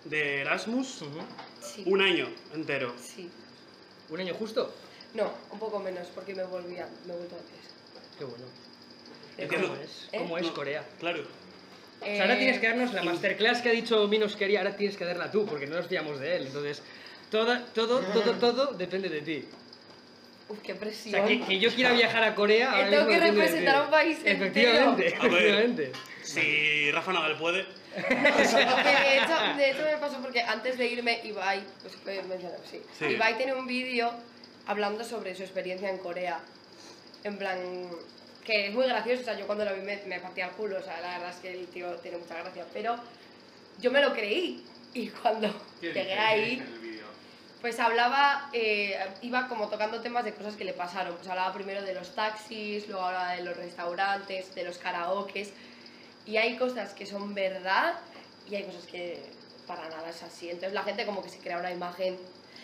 Speaker 6: de Erasmus
Speaker 2: Ujú.
Speaker 7: Sí.
Speaker 6: un año entero.
Speaker 7: Sí.
Speaker 2: ¿Un año justo?
Speaker 7: No, un poco menos porque me volví a, ¿Eh? me he vuelto antes.
Speaker 2: Qué bueno.
Speaker 6: Entiendo.
Speaker 2: ¿Cómo es? ¿Cómo es
Speaker 6: No.
Speaker 2: Corea?
Speaker 6: Claro.
Speaker 2: O sea, ahora
Speaker 7: Eh,
Speaker 2: tienes que darnos la masterclass que ha dicho Minos quería, ahora tienes que darla tú, porque no nos fiamos de él. Entonces, toda- todo, todo, todo depende de ti.
Speaker 7: Uf, qué
Speaker 2: O
Speaker 7: presión.
Speaker 2: sea, que, que yo quiera viajar a Corea.
Speaker 7: Eh,
Speaker 2: ahora
Speaker 7: tengo
Speaker 2: mismo
Speaker 7: que
Speaker 2: depende de
Speaker 7: representar
Speaker 2: ti.
Speaker 7: a un país entero.
Speaker 2: Efectivamente,
Speaker 6: A ver.
Speaker 2: efectivamente.
Speaker 6: Si Rafa Nadal puede.
Speaker 7: Que de, hecho, de hecho me pasó porque antes de irme, Ibai, pues, eh, menciono, sí.
Speaker 6: Sí.
Speaker 7: Ibai tiene un vídeo hablando sobre su experiencia en Corea. En plan, que es muy gracioso, o sea, yo cuando lo vi me, me partía el culo, o sea, la verdad es que el tío tiene mucha gracia, pero yo me lo creí y cuando
Speaker 5: ¿Qué
Speaker 7: llegué
Speaker 5: dice-
Speaker 7: ahí...
Speaker 5: qué dice en el vídeo?
Speaker 7: Pues hablaba, eh, iba como tocando temas de cosas que le pasaron. Pues hablaba primero de los taxis, luego hablaba de los restaurantes, de los karaokes. Y hay cosas que son verdad y hay cosas que para nada es así. Entonces la gente como que se crea una imagen.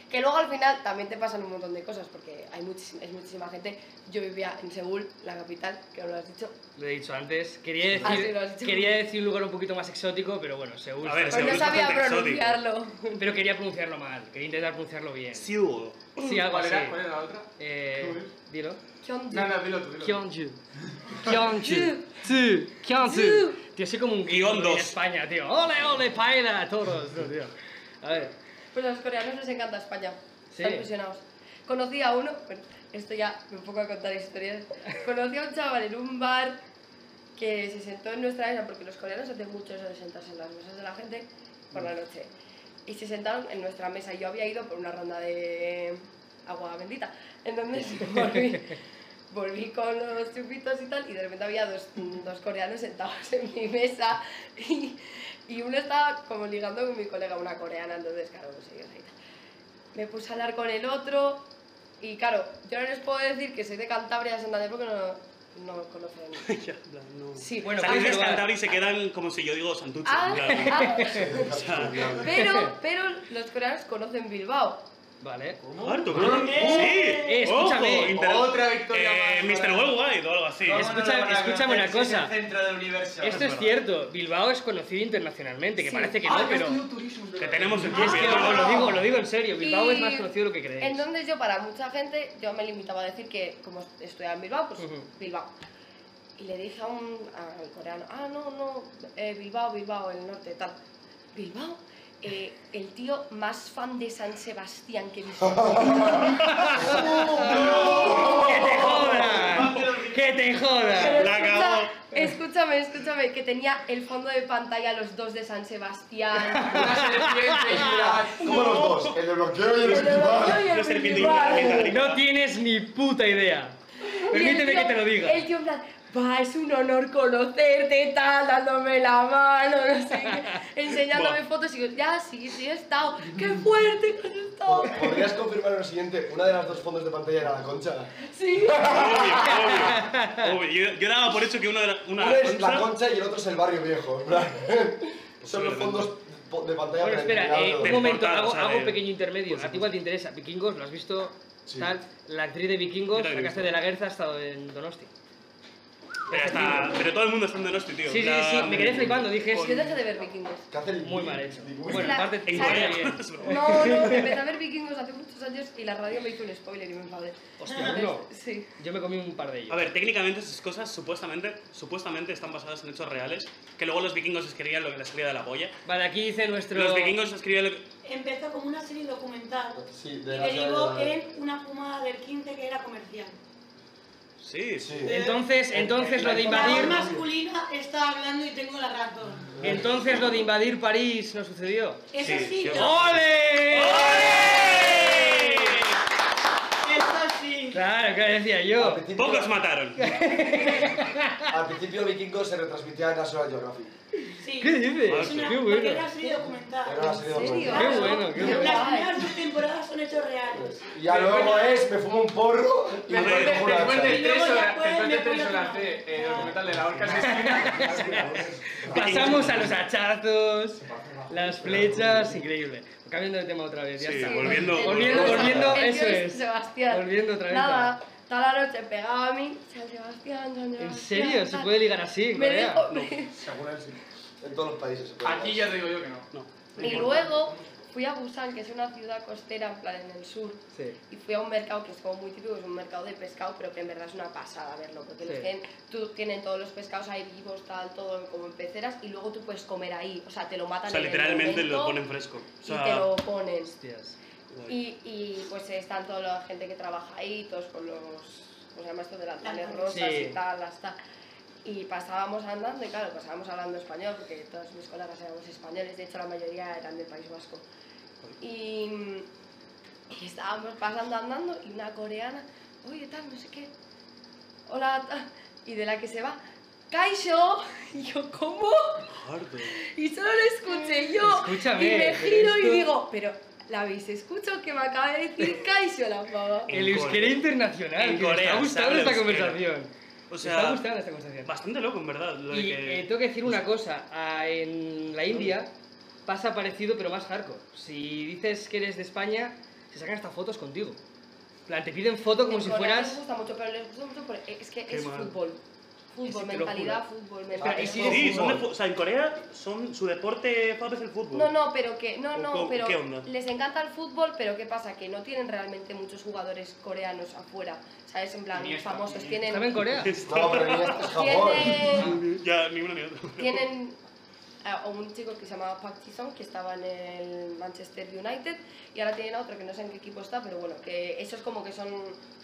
Speaker 7: Que luego al final también te pasan un montón de cosas porque hay muchísima, es muchísima gente. Yo vivía en Seúl, la capital, que no lo has dicho.
Speaker 2: Lo he dicho antes. Quería
Speaker 7: Ah, sí,
Speaker 2: decir,
Speaker 7: lo has dicho.
Speaker 2: quería decir un lugar un poquito más exótico, pero bueno, seguro.
Speaker 6: A ver,
Speaker 7: Pues
Speaker 6: Seúl
Speaker 7: no
Speaker 6: es
Speaker 7: sabía
Speaker 6: bastante exótico.
Speaker 7: pronunciarlo.
Speaker 2: Pero quería pronunciarlo mal, quería intentar pronunciarlo bien. Sí,
Speaker 6: Seúl.
Speaker 2: algo
Speaker 5: ¿Cuál
Speaker 2: así.
Speaker 5: era, ¿Cuál era la otra?
Speaker 2: Eh,
Speaker 5: ¿Cómo es?
Speaker 2: dilo.
Speaker 7: Kyongju.
Speaker 5: No, no, dilo tú, dilo tú.
Speaker 2: Kyongju. Kyongju. Tsu. Kyongju.
Speaker 7: Tsu.
Speaker 2: Tío, soy como un
Speaker 6: Guión
Speaker 2: en
Speaker 6: dos.
Speaker 2: España, tío. Ole, ole, paila, todos, no, tío. A ver.
Speaker 7: Pues a los coreanos les encanta España.
Speaker 2: Sí.
Speaker 7: Están impresionados. Conocí a uno, bueno, esto ya me pongo a contar historias. Conocí a un chaval en un bar que se sentó en nuestra mesa, porque los coreanos hacen mucho eso de sentarse en las mesas de la gente por la noche. Y se sentaron en nuestra mesa. Yo había ido por una ronda de agua bendita. Entonces volví, volví con los chupitos y tal, y de repente había dos, dos coreanos sentados en mi mesa. Y, y uno estaba como ligando con mi colega, una coreana, entonces, claro, pues ellos ahí me puse a hablar con el otro y claro, yo no les puedo decir que soy de Cantabria de Santander porque no, no conocen.
Speaker 6: Ya, en plan, no.
Speaker 7: Sí,
Speaker 2: Bueno,
Speaker 6: Salen de
Speaker 2: pero-
Speaker 6: Cantabria y se quedan como si yo digo Santucho.
Speaker 7: Ah,
Speaker 6: en plan.
Speaker 7: ah,
Speaker 6: O sea,
Speaker 7: pero, pero los coreanos conocen Bilbao.
Speaker 2: Vale.
Speaker 6: Harto, claro. Sí.
Speaker 2: escúchame.
Speaker 6: Ojo, inter-
Speaker 5: Otra victoria
Speaker 6: Eh,
Speaker 5: más.
Speaker 6: Mr. Worldwide o algo así.
Speaker 5: Vámonos
Speaker 2: Escucha-
Speaker 5: para
Speaker 2: escúchame una
Speaker 1: Este
Speaker 5: conocer si es
Speaker 2: cosa.
Speaker 5: el centro del universo.
Speaker 2: Esto es
Speaker 6: verdad.
Speaker 2: cierto. Bilbao es conocido internacionalmente, que
Speaker 7: Sí.
Speaker 2: parece que
Speaker 5: Ah,
Speaker 2: no,
Speaker 5: yo
Speaker 2: pero.
Speaker 5: estudio turismo,
Speaker 6: Que tenemos el
Speaker 5: Ah,
Speaker 2: Es que
Speaker 6: propio.
Speaker 2: os lo digo, os lo digo en serio. Bilbao
Speaker 7: Y-
Speaker 2: es más conocido de lo que creéis.
Speaker 7: Entonces yo para mucha gente, yo me limitaba a decir que como estudiaba en Bilbao, pues
Speaker 2: Ujú.
Speaker 7: Bilbao. Y le dije a un al coreano, ah, no, no, eh, Bilbao, Bilbao, el norte, tal. Bilbao, eh, el tío más fan de San Sebastián que he visto.
Speaker 2: ¡Que te jodan! ¡Que te jodan!
Speaker 7: Pero
Speaker 6: La acabó.
Speaker 7: escúchame, escúchame, que tenía el fondo de pantalla los dos de San Sebastián.
Speaker 5: Una serpiente y una-
Speaker 4: ¿Cómo los dos? El de bloqueo y el
Speaker 7: Pero
Speaker 4: de
Speaker 7: lo vio y
Speaker 6: Una
Speaker 7: el
Speaker 6: serpiente
Speaker 7: principal.
Speaker 6: inglesa.
Speaker 2: No tienes ni puta idea.
Speaker 7: Y el
Speaker 2: Permíteme
Speaker 7: tío-
Speaker 2: que te lo diga.
Speaker 7: El tío en plan, va, es un honor conocerte, tal, dándome la mano, no sé qué, enseñándome fotos y yo, ya, sí, sí he estado, qué fuerte que has estado.
Speaker 4: ¿Podrías confirmar lo siguiente? Una de las dos fondos de pantalla era la concha.
Speaker 7: Sí,
Speaker 6: Obvio, obvio, obvio. Yo, yo daba por hecho que una, de la- una
Speaker 4: Una es la
Speaker 6: concha-
Speaker 4: concha y el otro es el barrio viejo. en plan. Son los fondos po- de pantalla
Speaker 2: Bueno, espera, eh,
Speaker 4: predeterminados.
Speaker 2: un momento,
Speaker 6: portal, o
Speaker 2: hago,
Speaker 6: sea,
Speaker 2: hago un
Speaker 6: de-
Speaker 2: pequeño intermedio. ¿A ti igual te interesa? ¿Vikingos? ¿Lo has visto?
Speaker 4: Sí.
Speaker 2: Tal, la actriz de
Speaker 6: Yo
Speaker 2: Vikingos,
Speaker 6: la he
Speaker 2: la casa
Speaker 6: visto.
Speaker 2: de la Guerza, ha estado en Donosti.
Speaker 6: Pero, hasta- pero todo el mundo está en Donosti, tío.
Speaker 2: Sí, sí,
Speaker 6: La-
Speaker 2: sí, me quedé flipando, dije
Speaker 7: yo dejé
Speaker 2: es
Speaker 7: de ver vikingos.
Speaker 4: Catherine
Speaker 2: muy
Speaker 4: Bigelow.
Speaker 2: mal hecho.
Speaker 4: Ningún-
Speaker 2: Bueno,
Speaker 7: La-
Speaker 2: aparte,
Speaker 6: En
Speaker 2: vale,
Speaker 6: Corea.
Speaker 2: bien.
Speaker 7: No, no, empecé a ver vikingos hace muchos años y la radio me hizo un spoiler y me enfadé.
Speaker 2: Hostia, uno.
Speaker 7: Sí.
Speaker 2: Yo me comí un par de ellos.
Speaker 6: A ver, técnicamente esas cosas supuestamente, supuestamente están basadas en hechos reales, que luego los vikingos escribían lo que les salía de la polla.
Speaker 2: Vale, aquí dice nuestro.
Speaker 6: Los vikingos escribían lo que...
Speaker 8: Empezó como una serie documental
Speaker 4: Sí,
Speaker 8: y
Speaker 4: de la
Speaker 8: derivó
Speaker 4: de la-
Speaker 8: en una fumada del 15 que era comercial.
Speaker 6: Sí,
Speaker 4: Sí.
Speaker 6: sí.
Speaker 2: Entonces,
Speaker 6: Eh,
Speaker 2: entonces lo de
Speaker 8: La voz
Speaker 2: invadir.
Speaker 8: masculina está hablando y tengo la razón.
Speaker 6: eh.
Speaker 2: Entonces lo de invadir París no sucedió.
Speaker 8: Eso
Speaker 6: Sí,
Speaker 8: sí,
Speaker 6: sí.
Speaker 8: yo-
Speaker 2: ¡Ole!
Speaker 8: eso sí.
Speaker 2: Claro, claro, decía
Speaker 4: Al
Speaker 2: yo.
Speaker 4: principio-
Speaker 6: Pocos mataron.
Speaker 4: Al principio Vikingo se retransmitía en National Geographic.
Speaker 8: Sí.
Speaker 2: ¿Qué dices?
Speaker 8: Es una,
Speaker 2: Qué
Speaker 8: Porque
Speaker 2: bueno.
Speaker 8: era serie documental.
Speaker 4: Era una serie
Speaker 7: ¿En serio?
Speaker 4: documental.
Speaker 2: Qué bueno, qué bueno.
Speaker 8: Las primeras dos temporadas son hechos reales.
Speaker 4: Y ya luego es, me fumo un porro y me
Speaker 5: Después de-
Speaker 4: cojo una
Speaker 5: después de
Speaker 8: Y luego
Speaker 5: tres
Speaker 8: ya
Speaker 5: horas- después
Speaker 8: pueden-
Speaker 5: de tres
Speaker 8: ya pueden
Speaker 5: horas de
Speaker 8: tomar.
Speaker 5: eh, documental de la horca asesina.
Speaker 4: hacha.
Speaker 2: Pasamos a los hachazos, las flechas, increíble. Cambiando de tema otra vez, ya
Speaker 6: Sí,
Speaker 2: está.
Speaker 6: volviendo-
Speaker 2: volviendo, volviendo,
Speaker 7: El tío
Speaker 2: eso
Speaker 7: de
Speaker 2: es.
Speaker 7: Sebastián.
Speaker 2: Volviendo otra vez
Speaker 7: Nada, toda la noche pegaba a mí, San Sebastián, San Sebastián.
Speaker 2: ¿En serio? ¿Se
Speaker 7: tal.
Speaker 2: puede ligar así? en
Speaker 7: Me
Speaker 2: Corea?
Speaker 7: dejó-
Speaker 4: Seguro que sí. En todos los países. se puede.
Speaker 5: Aquí ya te digo yo que no.
Speaker 6: No.
Speaker 7: Y luego fui a Busan, que es una ciudad costera, en plan en el sur,
Speaker 2: Sí.
Speaker 7: y fui a un mercado que es como muy típico, es un mercado de pescado, pero que en verdad es una pasada verlo, porque los
Speaker 2: Sí.
Speaker 7: tienen, tú, tienen todos los pescados ahí vivos, tal, todo como en peceras, y luego tú puedes comer ahí, o sea, te lo matan
Speaker 6: O sea,
Speaker 7: en el
Speaker 6: literalmente
Speaker 7: momento
Speaker 6: lo ponen fresco. O
Speaker 7: y te
Speaker 6: sea,
Speaker 7: lo ponen.
Speaker 2: Hostias.
Speaker 7: Y, y, pues están toda la gente que trabaja ahí, todos con los, ¿cómo se llama esto? Delantales
Speaker 8: Lanternas.
Speaker 7: rosas
Speaker 2: Sí.
Speaker 7: y tal, hasta. Y pasábamos andando, y claro, pasábamos hablando español, porque todos mis colegas éramos españoles, de hecho la mayoría eran del País Vasco. Y, y estábamos pasando andando y una coreana, oye tal, no sé qué, hola, tal", y de la que se va, ¡Kaisho! Y yo, ¿cómo?
Speaker 6: harto.
Speaker 7: Y solo lo escuché yo.
Speaker 2: Escúchame,
Speaker 7: Y me
Speaker 2: pero
Speaker 7: giro
Speaker 2: esto-
Speaker 7: y digo, Oh, pero la habéis escuchado que me acaba de decir Kaisho la pava.
Speaker 6: En
Speaker 2: El euskera
Speaker 6: Corea.
Speaker 2: internacional.
Speaker 6: En
Speaker 2: que me
Speaker 6: Corea,
Speaker 2: está gustando
Speaker 6: sabe
Speaker 2: esta
Speaker 6: euskera.
Speaker 2: conversación.
Speaker 6: O
Speaker 2: me está
Speaker 6: sea,
Speaker 2: gustando esta conversación.
Speaker 6: bastante loco, en verdad. Lo de
Speaker 2: Y
Speaker 6: que...
Speaker 2: eh, tengo que decir una cosa, a- en la India pasa parecido pero más hardcore. Si dices que eres de España, se sacan hasta fotos contigo. En plan, te piden foto como
Speaker 7: En
Speaker 2: si
Speaker 7: Corea
Speaker 2: fueras...
Speaker 7: Les gusta mucho, pero les gusta mucho porque es que
Speaker 6: Qué
Speaker 7: es
Speaker 6: mal.
Speaker 7: fútbol.
Speaker 2: Es
Speaker 7: Fútbol,
Speaker 2: que te lo
Speaker 7: mentalidad, fútbol,
Speaker 2: Espera,
Speaker 7: mentalidad.
Speaker 2: y si-
Speaker 7: fútbol.
Speaker 6: Ah, Sí, son de fu- o sea, en Corea son, su deporte fab es el fútbol.
Speaker 7: No, no, pero que. No,
Speaker 6: ¿O
Speaker 7: no,
Speaker 6: cómo-
Speaker 7: pero.
Speaker 6: qué onda?
Speaker 7: Les encanta el fútbol, pero ¿qué pasa? Que no tienen realmente muchos jugadores coreanos afuera. ¿Sabes? En plan,
Speaker 5: Iniesta,
Speaker 7: famosos.
Speaker 5: Iniesta.
Speaker 7: Tienen.
Speaker 2: ¿Estaba en Corea?
Speaker 4: No, pero mira, esto es Japón.
Speaker 7: Tienen.
Speaker 6: Ya, ni uno ni otro.
Speaker 7: Tienen a a un chico que se llamaba Park Ji-sung, que estaba en el Manchester United, y ahora tienen a otro que no sé en qué equipo está, pero bueno, que eso es como que son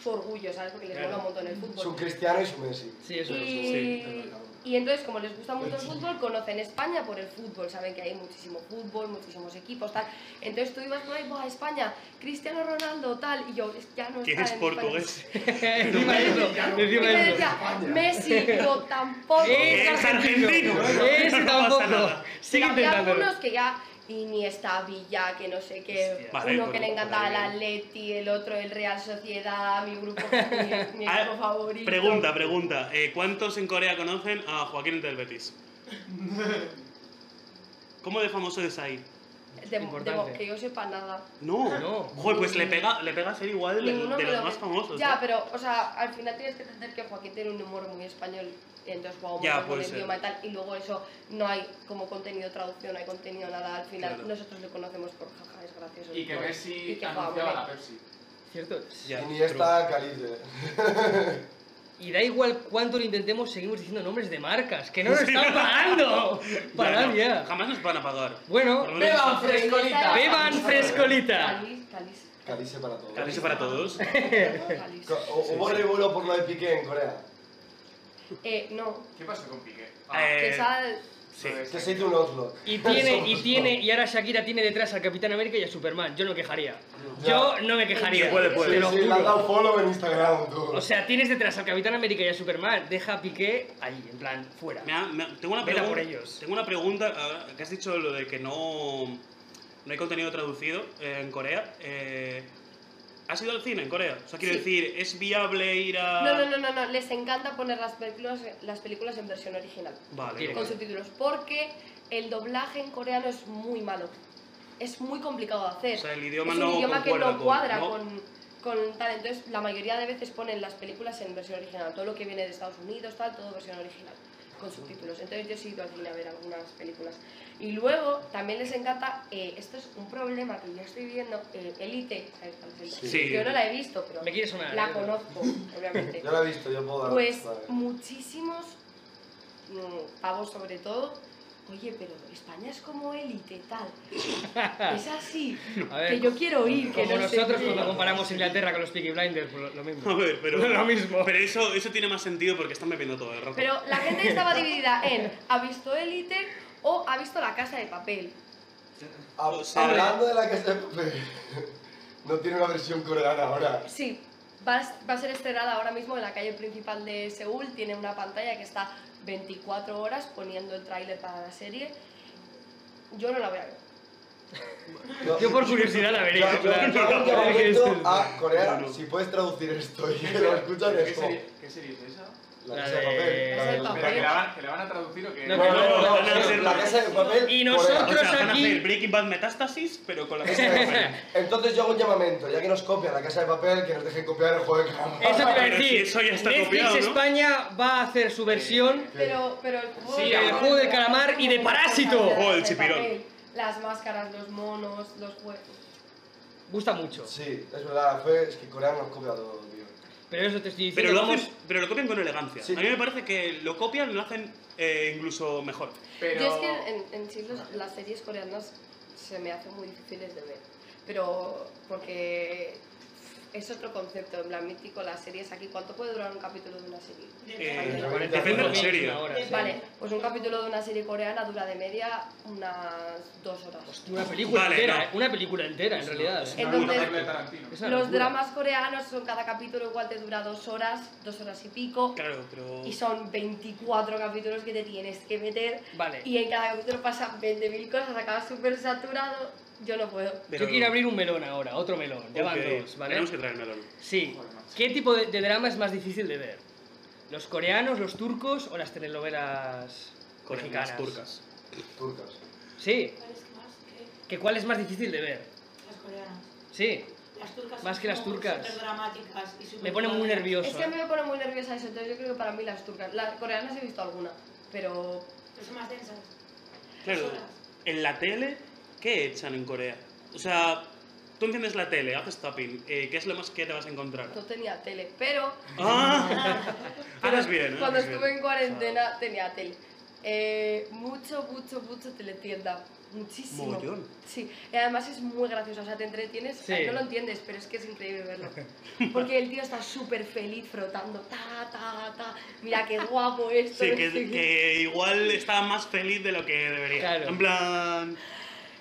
Speaker 7: su orgullo, ¿sabes? Porque les mola un montón el
Speaker 4: Es un
Speaker 7: fútbol.
Speaker 4: cristiano y su Messi.
Speaker 2: Sí, eso es.
Speaker 7: Y, y entonces, como les gusta mucho el fútbol, conocen España por el fútbol, saben que hay muchísimo fútbol, muchísimos equipos, tal. Entonces tú ibas por ahí, "Buah, España, Cristiano Ronaldo, tal, y yo, "Es que ya no
Speaker 6: Que
Speaker 7: está
Speaker 6: es
Speaker 7: en
Speaker 6: portugués.
Speaker 2: encima eso,
Speaker 7: España". Y
Speaker 2: encima
Speaker 7: me
Speaker 2: eso.
Speaker 7: decía, Messi, yo tampoco.
Speaker 2: Eh,
Speaker 6: Es argentino.
Speaker 2: Ese
Speaker 6: No pasa
Speaker 2: tampoco.
Speaker 6: nada.
Speaker 2: Sigue
Speaker 7: Pero había
Speaker 2: intentándolo.
Speaker 7: algunos que ya Iniesta, Villa, que no sé qué,
Speaker 6: Hostia. Vale,
Speaker 7: uno
Speaker 6: por-
Speaker 7: que le
Speaker 6: por
Speaker 7: encantaba el
Speaker 6: ahí.
Speaker 7: Atleti, el otro el Real Sociedad, mi grupo, mi, mi
Speaker 6: Ah,
Speaker 7: equipo favorito.
Speaker 6: Pregunta, pregunta. eh, ¿Cuántos en Corea conocen a Joaquín el del Betis? ¿Cómo de famoso es ahí?
Speaker 7: De- de-
Speaker 2: Importante.
Speaker 7: que yo sepa nada.
Speaker 6: No.
Speaker 2: No.
Speaker 6: Joder, pues le pega, le pega a ser igual de,
Speaker 7: Ninguno
Speaker 6: de
Speaker 7: me
Speaker 6: los
Speaker 7: lo-
Speaker 6: más famosos.
Speaker 7: Ya,
Speaker 6: ¿eh?
Speaker 7: pero, o sea, al final tienes que entender que Joaquín tiene un humor muy español, y entonces jugaba
Speaker 6: Ya,
Speaker 7: mucho con
Speaker 6: puede
Speaker 7: el
Speaker 6: ser.
Speaker 7: idioma y tal, y luego eso no hay como contenido traducción, no hay contenido nada. Al final
Speaker 6: Claro.
Speaker 7: nosotros lo conocemos por jaja, es gracioso.
Speaker 5: Y que
Speaker 7: por- y
Speaker 5: Messi
Speaker 7: que juega muy
Speaker 5: anunciaba
Speaker 7: bien.
Speaker 5: la Pepsi.
Speaker 2: ¿Cierto?
Speaker 6: Ya,
Speaker 4: Y esta Calice.
Speaker 2: Y da igual cuánto lo intentemos, seguimos diciendo nombres de marcas, que no nos están pagando.
Speaker 6: pero- Ya,
Speaker 2: Parad
Speaker 6: no,
Speaker 2: ya.
Speaker 6: Jamás nos van a pagar. ¿eh?
Speaker 2: Bueno,
Speaker 6: Por lo menos-
Speaker 5: ¡Beban
Speaker 7: frescolita.
Speaker 5: frescolita!
Speaker 2: beban frescolita.
Speaker 7: Calis, calis.
Speaker 4: Calice para todos.
Speaker 6: Cariño para todos.
Speaker 7: calis.
Speaker 4: Co- o- Hubo revuelo por lo de Piqué en Corea.
Speaker 7: Eh, no,
Speaker 5: ¿Qué pasó con Piqué?
Speaker 6: Eh,
Speaker 7: que sal-
Speaker 5: ah.
Speaker 6: sí.
Speaker 5: lo de-
Speaker 4: Que se hizo un Oslo.
Speaker 2: Y tiene, y tiene, y ahora Shakira tiene detrás al Capitán América y a Superman. Yo no quejaría.
Speaker 4: Ya.
Speaker 2: Yo no me quejaría.
Speaker 6: Sí, puede, puede.
Speaker 2: Te lo
Speaker 4: Sí, sí, le han
Speaker 2: juro.
Speaker 4: dado follow en Instagram, tú.
Speaker 2: O sea, tienes detrás al Capitán América y a Superman. Deja a Piqué ahí, en plan, fuera.
Speaker 6: Me ha- me ha- tengo una
Speaker 2: Vela
Speaker 6: pregunta.
Speaker 2: por ellos.
Speaker 6: Tengo una pregunta. ahora Que has dicho lo de que no, no hay contenido traducido eh, en Corea. Eh, ¿Has ido al cine en Corea? O sea, quiero
Speaker 7: Sí.
Speaker 6: decir, ¿es viable ir a.?
Speaker 7: No, no, no, no, no, les encanta poner las películas, las películas en versión original,
Speaker 6: Vale.
Speaker 2: Directo.
Speaker 7: con subtítulos, porque el doblaje en coreano es muy malo. Es muy complicado de hacer.
Speaker 6: O sea, el idioma
Speaker 7: es un
Speaker 6: no
Speaker 7: idioma que
Speaker 6: concuerda
Speaker 7: no
Speaker 6: con-
Speaker 7: cuadra
Speaker 6: ¿no?
Speaker 7: con, con tal. Entonces, la mayoría de veces ponen las películas en versión original. Todo lo que viene de Estados Unidos, tal, todo versión original, con subtítulos. Entonces, yo sí he ido al cine a ver algunas películas. Y luego, también les encanta, eh, esto es un problema que yo estoy viendo, eh, Elite, ¿sabes cuál es Elite?
Speaker 6: Sí.
Speaker 7: Yo no la he visto, pero
Speaker 2: Me quiere sonar.
Speaker 7: la
Speaker 2: ¿eh?
Speaker 7: conozco, obviamente.
Speaker 4: Yo lo he visto, yo puedo dar.
Speaker 7: Pues
Speaker 4: vale.
Speaker 7: muchísimos mm, pavos sobre todo. Oye, pero España es como élite, tal. Es así.
Speaker 2: A ver,
Speaker 7: que yo quiero ir, que
Speaker 2: Como
Speaker 7: no sé
Speaker 2: nosotros
Speaker 7: qué.
Speaker 2: cuando comparamos Inglaterra con los Peaky Blinders, pues lo, lo
Speaker 6: A
Speaker 2: mismo.
Speaker 6: ver, pero.
Speaker 2: Lo mismo.
Speaker 6: Pero eso, eso tiene más sentido porque están bebiendo todo el rato.
Speaker 7: Pero la gente estaba dividida en ha visto élite o ha visto la casa de papel.
Speaker 4: Ha-
Speaker 6: o sea,
Speaker 4: hablando de la casa de papel, no tiene una versión coreana ahora.
Speaker 7: Sí, va a, va a ser estrenada ahora mismo en la calle principal de Seúl. Tiene una pantalla que está 24 horas poniendo el tráiler para la serie. Yo no la voy a ver.
Speaker 4: No,
Speaker 2: Yo por curiosidad la
Speaker 4: yo-
Speaker 2: veré.
Speaker 4: yo-
Speaker 2: en plan,
Speaker 4: yo hago un
Speaker 2: a ver qué es
Speaker 4: llamamiento
Speaker 2: esto.
Speaker 4: a Corea,
Speaker 6: No, no.
Speaker 4: si puedes traducir esto y
Speaker 5: ¿Qué
Speaker 4: que lo escuchan
Speaker 5: serie-
Speaker 4: es
Speaker 5: ¿Qué
Speaker 4: como
Speaker 5: serie- qué serie es esa?
Speaker 4: la
Speaker 2: La
Speaker 4: casa de
Speaker 2: de-
Speaker 4: papel.
Speaker 7: La casa de
Speaker 4: la-
Speaker 5: Espera,
Speaker 7: papel.
Speaker 5: ¿que la van- ¿Que la van a traducir o qué?
Speaker 2: No,
Speaker 4: Bueno,
Speaker 2: no,
Speaker 4: no,
Speaker 2: no,
Speaker 4: no,
Speaker 6: van a
Speaker 4: no,
Speaker 6: ser-
Speaker 4: la casa de papel.
Speaker 2: Y
Speaker 4: Corea.
Speaker 6: o
Speaker 2: nosotros-
Speaker 6: sea, van a
Speaker 2: aquí-
Speaker 6: hacer Breaking Bad Metástasis, pero con la casa de papel.
Speaker 4: Entonces yo hago un llamamiento, ya que nos copia la casa de papel, que nos dejen copiar el juego de cámara.
Speaker 2: Eso te iba a
Speaker 6: Pero si
Speaker 2: decir.
Speaker 6: eso ya está
Speaker 2: Netflix
Speaker 6: copiado, ¿no?
Speaker 2: España va a hacer su versión
Speaker 7: Pero, pero el juego,
Speaker 5: Sí,
Speaker 7: del
Speaker 5: el
Speaker 7: calamar
Speaker 2: juego del
Speaker 7: es
Speaker 2: calamar y de
Speaker 7: como
Speaker 2: parásito.
Speaker 7: una cosa de
Speaker 6: Oh, el
Speaker 7: papel.
Speaker 6: chipirón.
Speaker 7: las máscaras, los monos, los juegos.
Speaker 2: Gusta mucho.
Speaker 4: Sí, es verdad, fue, es que Corea nos copia todo, tío.
Speaker 2: Pero eso te estoy diciendo.
Speaker 6: Pero lo,
Speaker 2: vamos-
Speaker 6: hacen- pero lo copian con elegancia.
Speaker 4: Sí.
Speaker 6: A mí me parece que lo copian y lo hacen eh, incluso mejor.
Speaker 5: Pero...
Speaker 7: Yo es que en, en sí los- las series coreanas se me hacen muy difíciles de ver, pero porque es otro concepto, en plan mítico, las series aquí, ¿cuánto puede durar un capítulo de una serie?
Speaker 6: Eh,
Speaker 4: Pero bueno,
Speaker 6: depende de la
Speaker 4: tampoco-
Speaker 6: serie.
Speaker 2: Una hora, sí.
Speaker 7: Vale, pues un capítulo de una serie coreana dura de media unas dos horas.
Speaker 2: Hostia, Una película
Speaker 6: Vale,
Speaker 2: entera,
Speaker 6: no.
Speaker 2: eh, una película entera en realidad. eh.
Speaker 5: No,
Speaker 7: Entonces-
Speaker 5: una película de Tarantino.
Speaker 2: Es una
Speaker 7: Los
Speaker 2: locura.
Speaker 7: dramas coreanos son cada capítulo igual te dura dos horas, dos horas y pico,
Speaker 6: Claro, pero.
Speaker 7: y son 24 capítulos que te tienes que meter,
Speaker 2: Vale.
Speaker 7: y en cada capítulo pasan 20.000 cosas, acabas súper saturado, yo no puedo.
Speaker 6: pero-
Speaker 2: Yo quiero abrir un melón ahora, otro melón. Ya van
Speaker 6: Ok,
Speaker 2: dos, ¿vale?
Speaker 6: Tenemos que traer melón.
Speaker 2: Sí. ¿Qué tipo de, de drama es más difícil de ver? ¿Los coreanos, los turcos o las telenovelas
Speaker 6: Coreanas,
Speaker 2: mexicanas?
Speaker 6: turcas.
Speaker 4: Turcas.
Speaker 2: Sí.
Speaker 8: ¿Cuál es más que
Speaker 2: ¿Que ¿Cuál es más difícil de ver?
Speaker 8: las coreanas?
Speaker 2: Sí.
Speaker 8: Las turcas
Speaker 2: Más
Speaker 8: son
Speaker 2: que las
Speaker 8: como
Speaker 2: turcas.
Speaker 8: superdramáticas y
Speaker 2: Me pone muy
Speaker 8: supermodernas.
Speaker 2: nervioso.
Speaker 7: Es que a mí
Speaker 2: eh.
Speaker 7: me pone muy nerviosa eso, entonces yo creo que para mí las turcas, las coreanas he visto alguna, pero
Speaker 8: Pero son más densas.
Speaker 6: Claro,
Speaker 8: Solas.
Speaker 6: en la tele, ¿qué echan en Corea? O sea, tú entiendes la tele, haces tapping, eh, ¿qué es lo más que te vas a encontrar?
Speaker 7: no tenía tele. Pero,
Speaker 6: ¡Ah! Harás bien, ¿eh?
Speaker 7: cuando
Speaker 6: Harás bien.
Speaker 7: estuve en cuarentena tenía tele. Eh, mucho, mucho, mucho teletienda. Muchísimo.
Speaker 6: Mogollón.
Speaker 7: Sí, y además es muy gracioso, o sea, te entretienes,
Speaker 2: Sí.
Speaker 7: eh, no lo entiendes, pero es que es increíble verlo. Porque el tío está súper feliz frotando, ta, ta, ta, mira qué guapo esto.
Speaker 6: Sí, que,
Speaker 7: esto y-
Speaker 6: que igual está más feliz de lo que debería.
Speaker 2: Claro.
Speaker 6: En plan,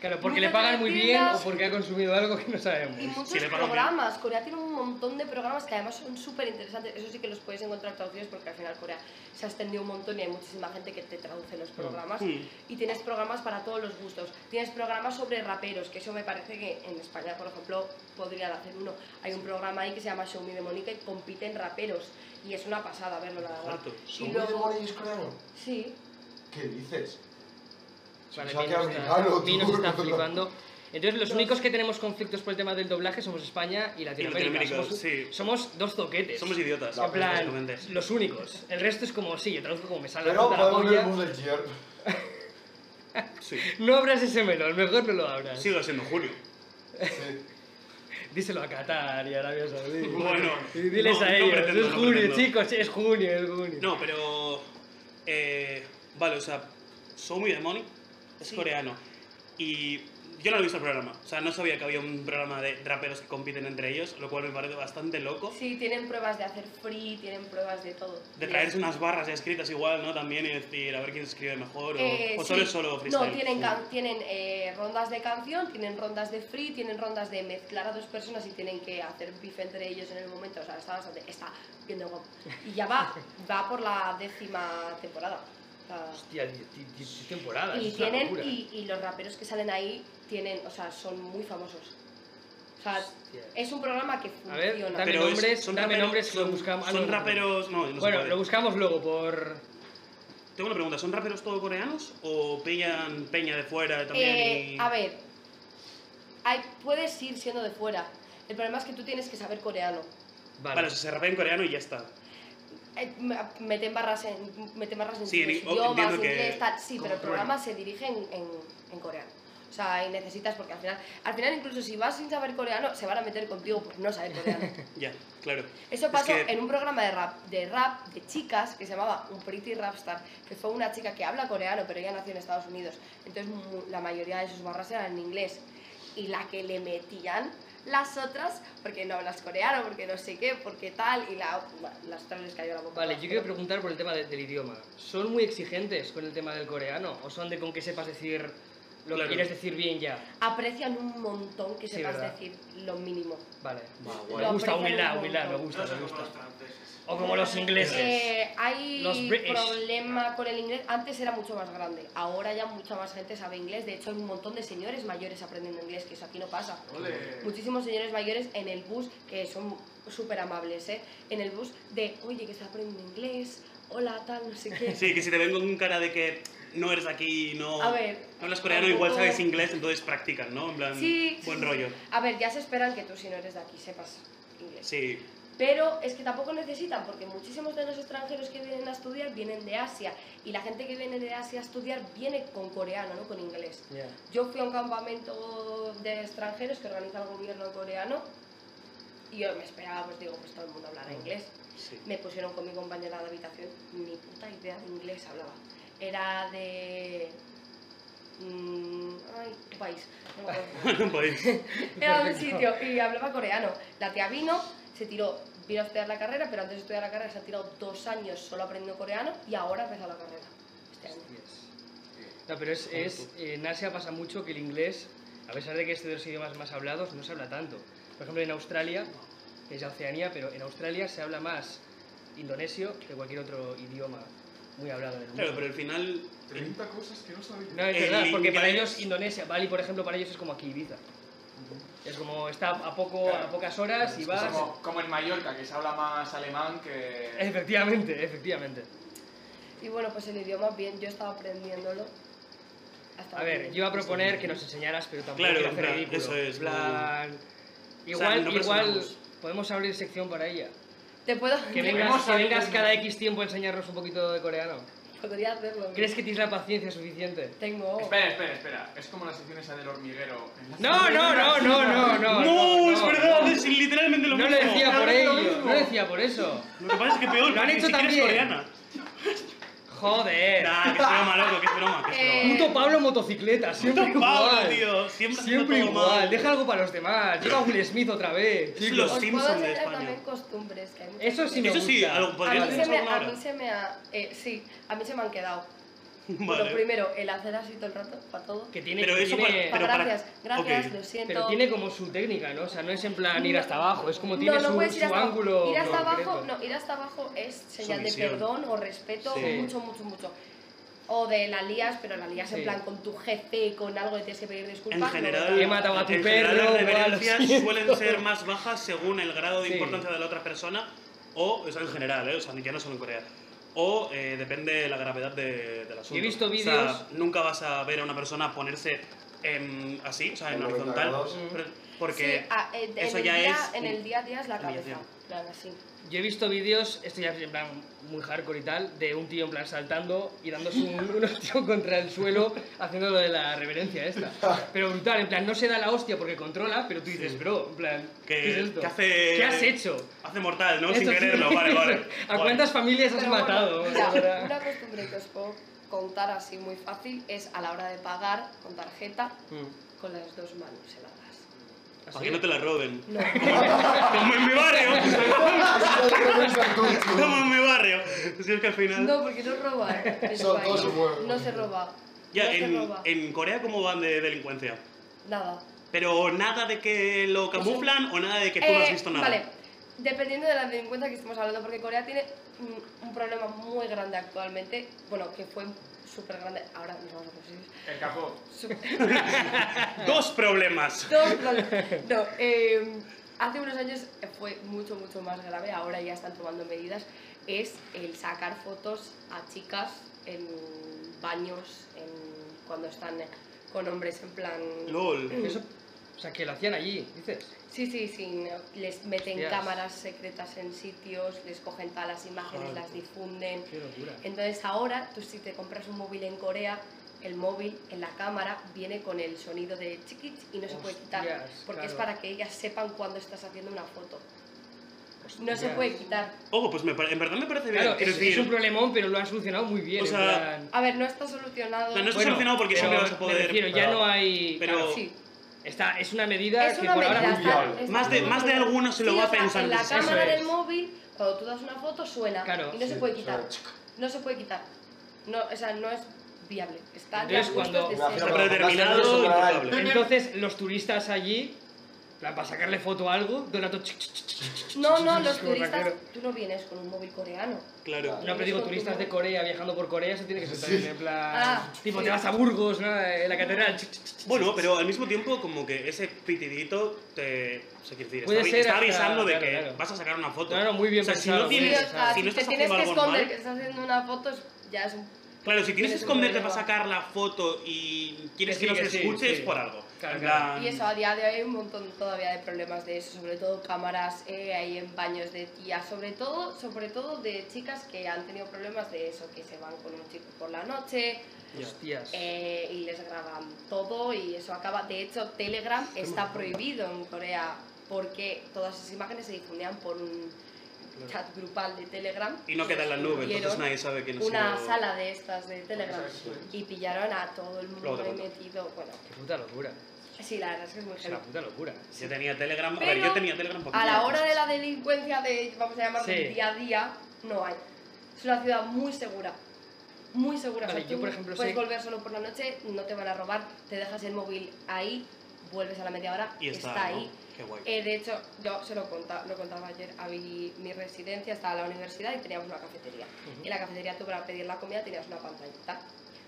Speaker 2: Claro, porque
Speaker 7: Muchas
Speaker 2: le pagan muy bien o
Speaker 7: gracias.
Speaker 2: porque ha consumido algo que no
Speaker 7: Y
Speaker 2: sabemos.
Speaker 7: muchos
Speaker 6: le pagan
Speaker 7: programas. Corea tiene un montón de programas que además son súper interesantes. Eso sí que los puedes encontrar traducidos porque al final Corea se ha extendido un montón y hay muchísima gente que te traduce los programas.
Speaker 6: Mm.
Speaker 7: Y tienes programas para todos los gustos. Tienes programas sobre raperos, que eso me parece que en España, por ejemplo, podrían hacer uno. Hay un programa ahí que se llama Show Me the Monica y compiten raperos. Y es una pasada verlo, la verdad.
Speaker 6: Harto.
Speaker 7: Y
Speaker 4: ¿Son
Speaker 7: luego-
Speaker 4: demonios coreanos?
Speaker 7: Sí,
Speaker 4: ¿Qué dices?
Speaker 2: Vale,
Speaker 4: O sea,
Speaker 2: Mino
Speaker 4: que
Speaker 2: está-
Speaker 4: americano, tú.
Speaker 2: Mino se está flipando. Entonces, los únicos que tenemos conflictos por el tema del doblaje somos España y Latinoamérica.
Speaker 6: Latinoamérica,
Speaker 2: somos,
Speaker 6: sí.
Speaker 2: somos dos toquetes.
Speaker 6: somos idiotas,
Speaker 2: En plan,
Speaker 6: básicamente.
Speaker 2: los únicos. El resto es como, sí, yo traduzco como me sale la
Speaker 4: Pero
Speaker 2: puta la
Speaker 4: podemos ver
Speaker 2: polla.
Speaker 4: el bus del Gier.
Speaker 6: Sí.
Speaker 2: No abras ese melón, mejor no lo abras.
Speaker 6: Sigo siendo Julio.
Speaker 4: Sí.
Speaker 2: Díselo a Qatar y Arabia Saudí.
Speaker 6: Bueno,
Speaker 2: Y diles
Speaker 6: no,
Speaker 2: a
Speaker 6: no
Speaker 2: ellos.
Speaker 6: pretendo,
Speaker 2: es
Speaker 6: no
Speaker 2: junio,
Speaker 6: pretendo.
Speaker 2: chicos, es junio, es junio.
Speaker 6: No, pero. eh, vale, o sea, Somi the Money es coreano. Y yo no he visto el programa. O sea, no sabía que había un programa de raperos que compiten entre ellos, lo cual me parece bastante loco.
Speaker 7: sí, tienen pruebas de hacer free, tienen pruebas de todo.
Speaker 6: De
Speaker 7: Y
Speaker 6: traerse unas barras ya escritas igual, ¿no? También y decir a ver quién escribe mejor. O,
Speaker 7: Eh,
Speaker 6: o solo
Speaker 7: sí.
Speaker 6: es solo freestyle.
Speaker 7: No, tienen, can- tienen eh, rondas de canción, tienen rondas de free, tienen rondas de mezclar a dos personas y tienen que hacer beef entre ellos en el momento. O sea, está bastante. Está bien de guapo. Y ya va, va por la décima temporada. O sea,
Speaker 2: Hostia, diez- diez- diez temporadas.
Speaker 7: y
Speaker 2: es una
Speaker 7: tienen.
Speaker 2: locura.
Speaker 7: Y, y los raperos que salen ahí tienen. O sea, son muy famosos. O sea,
Speaker 2: Hostia.
Speaker 7: es un programa que funciona.
Speaker 2: A ver, dame
Speaker 6: Pero es-
Speaker 2: nombres,
Speaker 6: son
Speaker 2: dame
Speaker 6: raperos-
Speaker 2: nombres que lo
Speaker 6: son-
Speaker 2: buscamos. Ah, no,
Speaker 6: Son
Speaker 2: no.
Speaker 6: raperos. No, no se
Speaker 2: Bueno,
Speaker 6: puede.
Speaker 2: lo buscamos luego por.
Speaker 6: Tengo una pregunta: ¿son raperos todo coreanos o pillan peña de fuera también?
Speaker 7: Eh,
Speaker 6: y-
Speaker 7: a ver, hay- puedes ir siendo de fuera. El problema es que tú tienes que saber coreano.
Speaker 2: Vale.
Speaker 6: Vale, o sea, se rapea en coreano y ya está.
Speaker 7: Eh, m- Meten barras en, meten barras en
Speaker 6: Sí, en
Speaker 7: todos los
Speaker 6: in- o-
Speaker 7: idiomas,
Speaker 6: entiendo que-
Speaker 7: inglés, tal. Sí,
Speaker 5: como
Speaker 7: pero el
Speaker 5: trueno.
Speaker 7: programa se dirige en, en, en coreano. O sea, y necesitas, porque al final, al final incluso si vas sin saber coreano, se van a meter contigo por no saber coreano.
Speaker 6: Ya, claro.
Speaker 7: Eso
Speaker 6: Es
Speaker 7: pasó
Speaker 6: que-
Speaker 7: en un programa de rap, de rap de chicas que se llamaba Un Pretty Rapstar, que fue una chica que habla coreano, pero ella nació en Estados Unidos. Entonces mu- la mayoría de sus barras eran en inglés. Y la que le metían las otras, porque no hablas coreano, porque no sé qué, porque tal, y la, bueno, las otras les cayó la boca.
Speaker 2: Vale, yo
Speaker 7: Pero-
Speaker 2: quiero preguntar por el tema de- del idioma. ¿Son muy exigentes con el tema del coreano? ¿O son de con que sepas decir lo
Speaker 6: Claro.
Speaker 2: que quieres decir bien ya?
Speaker 7: Aprecian un montón que
Speaker 2: Sí,
Speaker 7: sepas
Speaker 2: ¿verdad?
Speaker 7: decir lo mínimo.
Speaker 2: Vale.
Speaker 7: Lo
Speaker 2: Me gusta,
Speaker 7: aprecian un
Speaker 2: humildad,
Speaker 7: montón.
Speaker 2: humildad, me
Speaker 5: No
Speaker 2: gusta,
Speaker 5: sé
Speaker 2: me
Speaker 5: cómo
Speaker 2: gusta.
Speaker 5: los franceses.
Speaker 2: O como los ingleses.
Speaker 7: Eh, hay
Speaker 2: Los British.
Speaker 7: problema con el inglés. Antes era mucho más grande. Ahora ya mucha más gente sabe inglés. De hecho, hay un montón de señores mayores aprendiendo inglés, que eso aquí no pasa.
Speaker 5: Ole.
Speaker 7: Muchísimos señores mayores en el bus, que son súper amables, ¿eh? En el bus de, oye, que está aprendiendo inglés, hola, tal, no sé qué.
Speaker 6: Sí, que si te ven con cara de que no eres aquí, no,
Speaker 7: A ver,
Speaker 6: no hablas coreano,
Speaker 7: tampoco-
Speaker 6: igual sabes inglés, entonces practican, ¿no? En plan,
Speaker 7: Sí,
Speaker 6: buen
Speaker 7: sí,
Speaker 6: rollo.
Speaker 7: sí. A ver, ya se esperan que tú, si no eres de aquí, sepas inglés.
Speaker 6: Sí,
Speaker 7: Pero es que tampoco necesitan, porque muchísimos de los extranjeros que vienen a estudiar vienen de Asia. Y la gente que viene de Asia a estudiar viene con coreano, no con inglés.
Speaker 2: Ya.
Speaker 7: Yo fui a un campamento de extranjeros que organiza el gobierno coreano y yo me esperaba, pues digo, pues todo el mundo hablará inglés.
Speaker 6: Sí.
Speaker 7: Me pusieron con mi compañera de habitación, ni puta idea de inglés hablaba. Era de... mm, ay, ¿qué país? No me acuerdo.
Speaker 6: En un país.
Speaker 7: Era de un sitio y hablaba coreano. La tía vino, se tiró, vino a estudiar la carrera, pero antes de estudiar la carrera se ha tirado dos años solo aprendiendo coreano y ahora ha empezado la carrera. Este año.
Speaker 2: No, pero es, es- en Asia pasa mucho que el inglés, a pesar de que es de los idiomas más hablados, no se habla tanto. Por ejemplo, en Australia, que es ya Oceanía, pero en Australia se habla más indonesio que cualquier otro idioma muy hablado en el mundo.
Speaker 6: Claro, pero al final.
Speaker 5: 30 cosas que no sabía.
Speaker 2: No, es
Speaker 6: el
Speaker 2: verdad, porque para
Speaker 6: inglés-
Speaker 2: ellos Indonesia, Bali, por ejemplo, para ellos es como aquí Ibiza. Es como está a poco a
Speaker 5: Claro.
Speaker 2: pocas horas y
Speaker 5: Es
Speaker 2: vas.
Speaker 5: Pues como, como en Mallorca, que se habla más alemán que.
Speaker 2: Efectivamente, efectivamente.
Speaker 7: Y bueno, pues el idioma, bien, yo estaba aprendiéndolo. Hasta
Speaker 2: A ver,
Speaker 7: que-
Speaker 2: yo iba a proponer que nos enseñaras, pero tampoco
Speaker 6: Claro,
Speaker 2: quiero hacer
Speaker 6: en plan,
Speaker 2: ridículo.
Speaker 6: eso es,
Speaker 2: Plan,
Speaker 6: O sea,
Speaker 2: Igual,
Speaker 6: no
Speaker 2: igual
Speaker 6: presionamos.
Speaker 2: podemos abrir sección para ella.
Speaker 7: Te puedo.
Speaker 2: Que
Speaker 7: te
Speaker 2: vengas,
Speaker 5: Queremos
Speaker 2: que
Speaker 5: saber
Speaker 2: vengas
Speaker 5: cómo-
Speaker 2: cada X tiempo a enseñarnos un poquito de coreano.
Speaker 7: Podría hacerlo. ¿no?
Speaker 2: ¿Crees que tienes la paciencia suficiente?
Speaker 7: Tengo.
Speaker 5: Espera, espera, espera. Es como la sección esa del hormiguero.
Speaker 2: No, no, no, no, no, no.
Speaker 6: ¡No! ¡Es verdad! Es literalmente lo
Speaker 2: No
Speaker 6: mismo.
Speaker 2: lo decía
Speaker 5: no
Speaker 2: por
Speaker 5: es lo
Speaker 2: ello,
Speaker 5: mismo.
Speaker 2: no lo decía por eso.
Speaker 6: Lo que pasa es que peor.
Speaker 2: Lo han
Speaker 6: porque
Speaker 2: hecho
Speaker 6: ni siquiera es
Speaker 2: también.
Speaker 6: coreana.
Speaker 2: Joder.
Speaker 6: Nah, que es broma, loco, que es broma, que es broma.
Speaker 7: Eh,
Speaker 2: Puto Pablo motocicleta, siempre
Speaker 6: Puto
Speaker 2: igual.
Speaker 6: Pablo, tío. Siempre, haciendo
Speaker 2: Siempre
Speaker 6: todo mal.
Speaker 2: igual, deja algo para los demás. Lleva a Will Smith otra vez.
Speaker 6: Es
Speaker 2: chicos.
Speaker 6: los
Speaker 7: Os puedo
Speaker 6: Simpsons de
Speaker 7: enseñar
Speaker 6: España.
Speaker 7: también costumbres. Que hay muchas
Speaker 2: Eso sí me
Speaker 6: Eso
Speaker 2: gusta.
Speaker 6: sí, algo-
Speaker 7: A
Speaker 6: podrías
Speaker 7: mí, se
Speaker 6: hacer
Speaker 7: me,
Speaker 6: una
Speaker 7: a
Speaker 6: hora.
Speaker 7: mí se me ha- eh, sí, a mí se me han quedado. Lo
Speaker 6: Vale.
Speaker 7: primero, el hacer así todo el rato, para todo.
Speaker 2: Que tiene,
Speaker 6: Pero
Speaker 2: que
Speaker 6: eso
Speaker 2: tiene-
Speaker 6: para- pero
Speaker 7: gracias, gracias,
Speaker 6: ok.
Speaker 7: lo siento.
Speaker 2: pero tiene como su técnica, ¿no? O sea, no es en plan ir hasta abajo, es como
Speaker 7: No,
Speaker 2: tiene
Speaker 7: no
Speaker 2: su,
Speaker 7: puedes ir
Speaker 2: su
Speaker 7: hasta,
Speaker 2: ángulo.
Speaker 7: Ir hasta abajo,
Speaker 2: concreto.
Speaker 7: no, ir hasta abajo es señal de
Speaker 6: Sumisión.
Speaker 7: perdón o respeto,
Speaker 2: Sí.
Speaker 7: mucho, mucho, mucho. O de la lías, pero la lías
Speaker 2: Sí.
Speaker 7: en plan con tu jefe y con algo que tienes que pedir disculpas.
Speaker 6: En
Speaker 7: no,
Speaker 6: general,
Speaker 2: He matado a tu
Speaker 6: en general,
Speaker 2: perro,
Speaker 6: las
Speaker 2: guau, lo
Speaker 6: reverencias
Speaker 2: siento.
Speaker 6: suelen ser más bajas según el grado de
Speaker 2: Sí.
Speaker 6: importancia de la otra persona, o, o sea, en general, ¿eh? o sea, ya no solo en Corea. O eh, depende de la gravedad de, del asunto.
Speaker 2: visto
Speaker 6: O sea,
Speaker 2: vídeos-
Speaker 6: nunca vas a ver a una persona ponerse em, así, o sea, en
Speaker 4: En
Speaker 6: horizontal.
Speaker 4: 90
Speaker 6: pero-
Speaker 7: Mm. Sí,
Speaker 6: Porque
Speaker 7: ah, eh, en
Speaker 6: eso
Speaker 7: el
Speaker 6: ya
Speaker 7: día-
Speaker 6: es
Speaker 7: En el día a día es la cabeza.
Speaker 6: humillación.
Speaker 7: en plan, así.
Speaker 2: Yo he visto vídeos, esto ya es en plan muy hardcore y tal, de un tío en plan saltando y dándose un, un hostio contra el suelo haciendo lo de la reverencia esta. Pero brutal, en plan no se da la hostia porque controla, pero tú dices, bro, en plan, ¿qué,
Speaker 6: ¿Qué-
Speaker 2: es esto?
Speaker 6: qué hace-
Speaker 2: ¿Qué has hecho?
Speaker 6: hace mortal, ¿no?
Speaker 2: Esto
Speaker 6: Sin
Speaker 2: sí.
Speaker 6: quererlo, vale, vale.
Speaker 2: ¿A
Speaker 6: Vale.
Speaker 2: cuántas familias has
Speaker 7: Pero bueno,
Speaker 2: matado?
Speaker 7: mira,
Speaker 2: Ahora-
Speaker 7: una costumbre que os puedo contar así muy fácil es a la hora de pagar con tarjeta
Speaker 2: Mm.
Speaker 7: con las dos manos heladas.
Speaker 6: Para que no te la roben.
Speaker 7: No.
Speaker 6: Como en mi barrio. Como en mi barrio. Si es que al final.
Speaker 7: No, porque no roban. en
Speaker 4: Son
Speaker 7: España.
Speaker 4: todos huevos.
Speaker 7: No se roba.
Speaker 6: ya,
Speaker 7: no se
Speaker 6: en,
Speaker 7: roba.
Speaker 6: en Corea, ¿cómo van de delincuencia?
Speaker 7: Nada.
Speaker 6: Pero nada de que lo camuflan o nada de que tú no has
Speaker 7: Eh,
Speaker 6: visto nada.
Speaker 7: Vale, dependiendo de la delincuencia que estemos hablando, porque Corea tiene mm, un problema muy grande actualmente, bueno, que fue súper grande, ahora nos vamos a poner serios.
Speaker 5: El capó.
Speaker 7: Su-
Speaker 6: Dos problemas.
Speaker 7: Dos problemas. No, eh, hace unos años fue mucho, mucho más grave, ahora ya están tomando medidas, es el sacar fotos a chicas en baños, en, cuando están con hombres en plan...
Speaker 6: LOL.
Speaker 2: Eso- o sea, que lo hacían allí, dices.
Speaker 7: Sí, sí, sí. no, Les meten
Speaker 2: Hostias.
Speaker 7: cámaras secretas en sitios, les cogen todas las imágenes,
Speaker 6: Joder.
Speaker 7: las difunden.
Speaker 2: Qué locura.
Speaker 7: Entonces ahora, tú si te compras un móvil en Corea, el móvil en la cámara viene con el sonido de chiquich y no se puede quitar.
Speaker 2: Hostias,
Speaker 7: Porque es
Speaker 2: claro.
Speaker 7: para que ellas sepan cuando estás haciendo una foto. No se
Speaker 2: Hostias.
Speaker 7: puede quitar.
Speaker 6: Ojo, pues me pare- en verdad me parece bien.
Speaker 2: Claro, es,
Speaker 6: Quiero
Speaker 2: es
Speaker 6: decir,
Speaker 2: un problemón, pero lo han solucionado muy bien.
Speaker 6: O
Speaker 2: en
Speaker 6: sea,
Speaker 2: plan-
Speaker 7: A ver, no está solucionado.
Speaker 6: No, no está Bueno, solucionado porque
Speaker 2: pero
Speaker 6: siempre vas
Speaker 2: me
Speaker 6: a poder-
Speaker 2: refiero, ya no hay.
Speaker 6: Pero-
Speaker 7: Sí.
Speaker 2: Está, es una medida
Speaker 7: Es
Speaker 2: que
Speaker 7: una
Speaker 2: por
Speaker 7: medida.
Speaker 2: ahora es muy
Speaker 7: está-
Speaker 2: viable.
Speaker 7: está
Speaker 6: Más de- más de
Speaker 7: solucionado.
Speaker 6: alguno se lo
Speaker 7: Sí,
Speaker 6: va
Speaker 7: o sea,
Speaker 6: pensando,
Speaker 7: En la
Speaker 6: eso
Speaker 7: cámara
Speaker 2: es.
Speaker 7: del móvil, cuando tú das una foto, suena.
Speaker 2: Claro.
Speaker 7: y no se
Speaker 4: Sí,
Speaker 7: puede quitar.
Speaker 4: suena.
Speaker 7: No se puede quitar. No, o sea, no es viable. Está ya
Speaker 2: Entonces,
Speaker 7: justo
Speaker 2: cuando-
Speaker 7: de
Speaker 4: Imagino
Speaker 7: ser.
Speaker 4: cuando
Speaker 6: predeterminado
Speaker 4: pongas el beso,
Speaker 6: y
Speaker 4: dale.
Speaker 2: Entonces, los turistas allí, en plan, para sacarle foto a algo, de un rato. chic, chic, chic, chic, chic,
Speaker 7: No, no,
Speaker 2: chic,
Speaker 7: los
Speaker 2: como
Speaker 7: turistas.
Speaker 2: raquero.
Speaker 7: Tú no vienes con un móvil coreano.
Speaker 6: claro.
Speaker 2: No, pero digo, turistas de Corea viajando por Corea, eso tiene que ser también en plan.
Speaker 7: Ah,
Speaker 2: tipo,
Speaker 7: sí.
Speaker 2: te vas a Burgos, ¿no? En la catedral. chic, chic, chic, chic.
Speaker 6: Bueno, pero al mismo tiempo, como que ese pitidito te. O sea, quiero decir,
Speaker 2: Puede
Speaker 6: está, avi-
Speaker 2: ser
Speaker 6: está
Speaker 2: hasta-
Speaker 6: avisando de
Speaker 2: claro,
Speaker 6: que
Speaker 2: claro.
Speaker 6: vas a sacar una foto.
Speaker 2: Claro, muy bien
Speaker 6: O sea, si
Speaker 2: pensado,
Speaker 6: no
Speaker 2: muy
Speaker 7: Sí,
Speaker 2: bien
Speaker 6: tienes.
Speaker 7: o sea,
Speaker 2: pensado.
Speaker 6: si no
Speaker 7: te
Speaker 6: estás
Speaker 7: tienes
Speaker 6: haciendo
Speaker 7: que
Speaker 6: algo
Speaker 7: esconder
Speaker 6: mal.
Speaker 7: que estás haciendo una foto, es- ya es un
Speaker 6: Claro, si tienes que
Speaker 7: Tienes un
Speaker 6: esconderte para
Speaker 7: problema.
Speaker 6: sacar la foto y quieres
Speaker 2: Que
Speaker 6: que,
Speaker 2: sí,
Speaker 6: nos
Speaker 2: que sí,
Speaker 6: escuches
Speaker 2: sí.
Speaker 6: por algo.
Speaker 2: Claro,
Speaker 6: En
Speaker 2: claro.
Speaker 6: plan,
Speaker 7: Y eso, a día de hoy hay un montón todavía de problemas de eso, sobre todo cámaras eh, ahí en baños de tías, sobre todo, sobre todo de chicas que han tenido problemas de eso, que se van con un chico por la noche
Speaker 2: Hostias.
Speaker 7: eh, y les graban todo y eso acaba. De hecho, Telegram está prohibido en Corea porque todas esas imágenes se difundían por un chat grupal de Telegram.
Speaker 6: Y no queda en la nube, entonces
Speaker 7: Vieron
Speaker 6: nadie sabe que nos
Speaker 7: Una
Speaker 6: sido-
Speaker 7: sala de estas de Telegram y pillaron a todo el
Speaker 6: Luego
Speaker 7: mundo
Speaker 6: te
Speaker 7: ahí
Speaker 6: cuento.
Speaker 7: metido. Bueno,
Speaker 2: Qué puta locura.
Speaker 7: sí, la verdad es que es muy
Speaker 2: Es
Speaker 7: heavy.
Speaker 2: una puta locura.
Speaker 6: Yo tenía Telegram. a ver,
Speaker 7: Pero,
Speaker 6: yo tenía Telegram porque
Speaker 7: A la hora de la delincuencia de, vamos a llamarlo,
Speaker 2: Sí.
Speaker 7: del día a día, no hay. Es una ciudad muy segura. Muy segura.
Speaker 2: Vale,
Speaker 7: o sea,
Speaker 2: yo,
Speaker 7: tú
Speaker 2: por ejemplo,
Speaker 7: puedes
Speaker 2: sé-
Speaker 7: volver solo por la noche, no te van a robar, te dejas el móvil ahí, vuelves a la media hora,
Speaker 6: Y está,
Speaker 7: está,
Speaker 6: ¿no?
Speaker 7: ahí.
Speaker 6: Qué guay.
Speaker 7: Eh, de hecho, yo se lo contaba, lo contaba ayer, a mi, mi residencia estaba la universidad y teníamos una cafetería. Y en la cafetería tú para pedir la comida tenías una pantallita.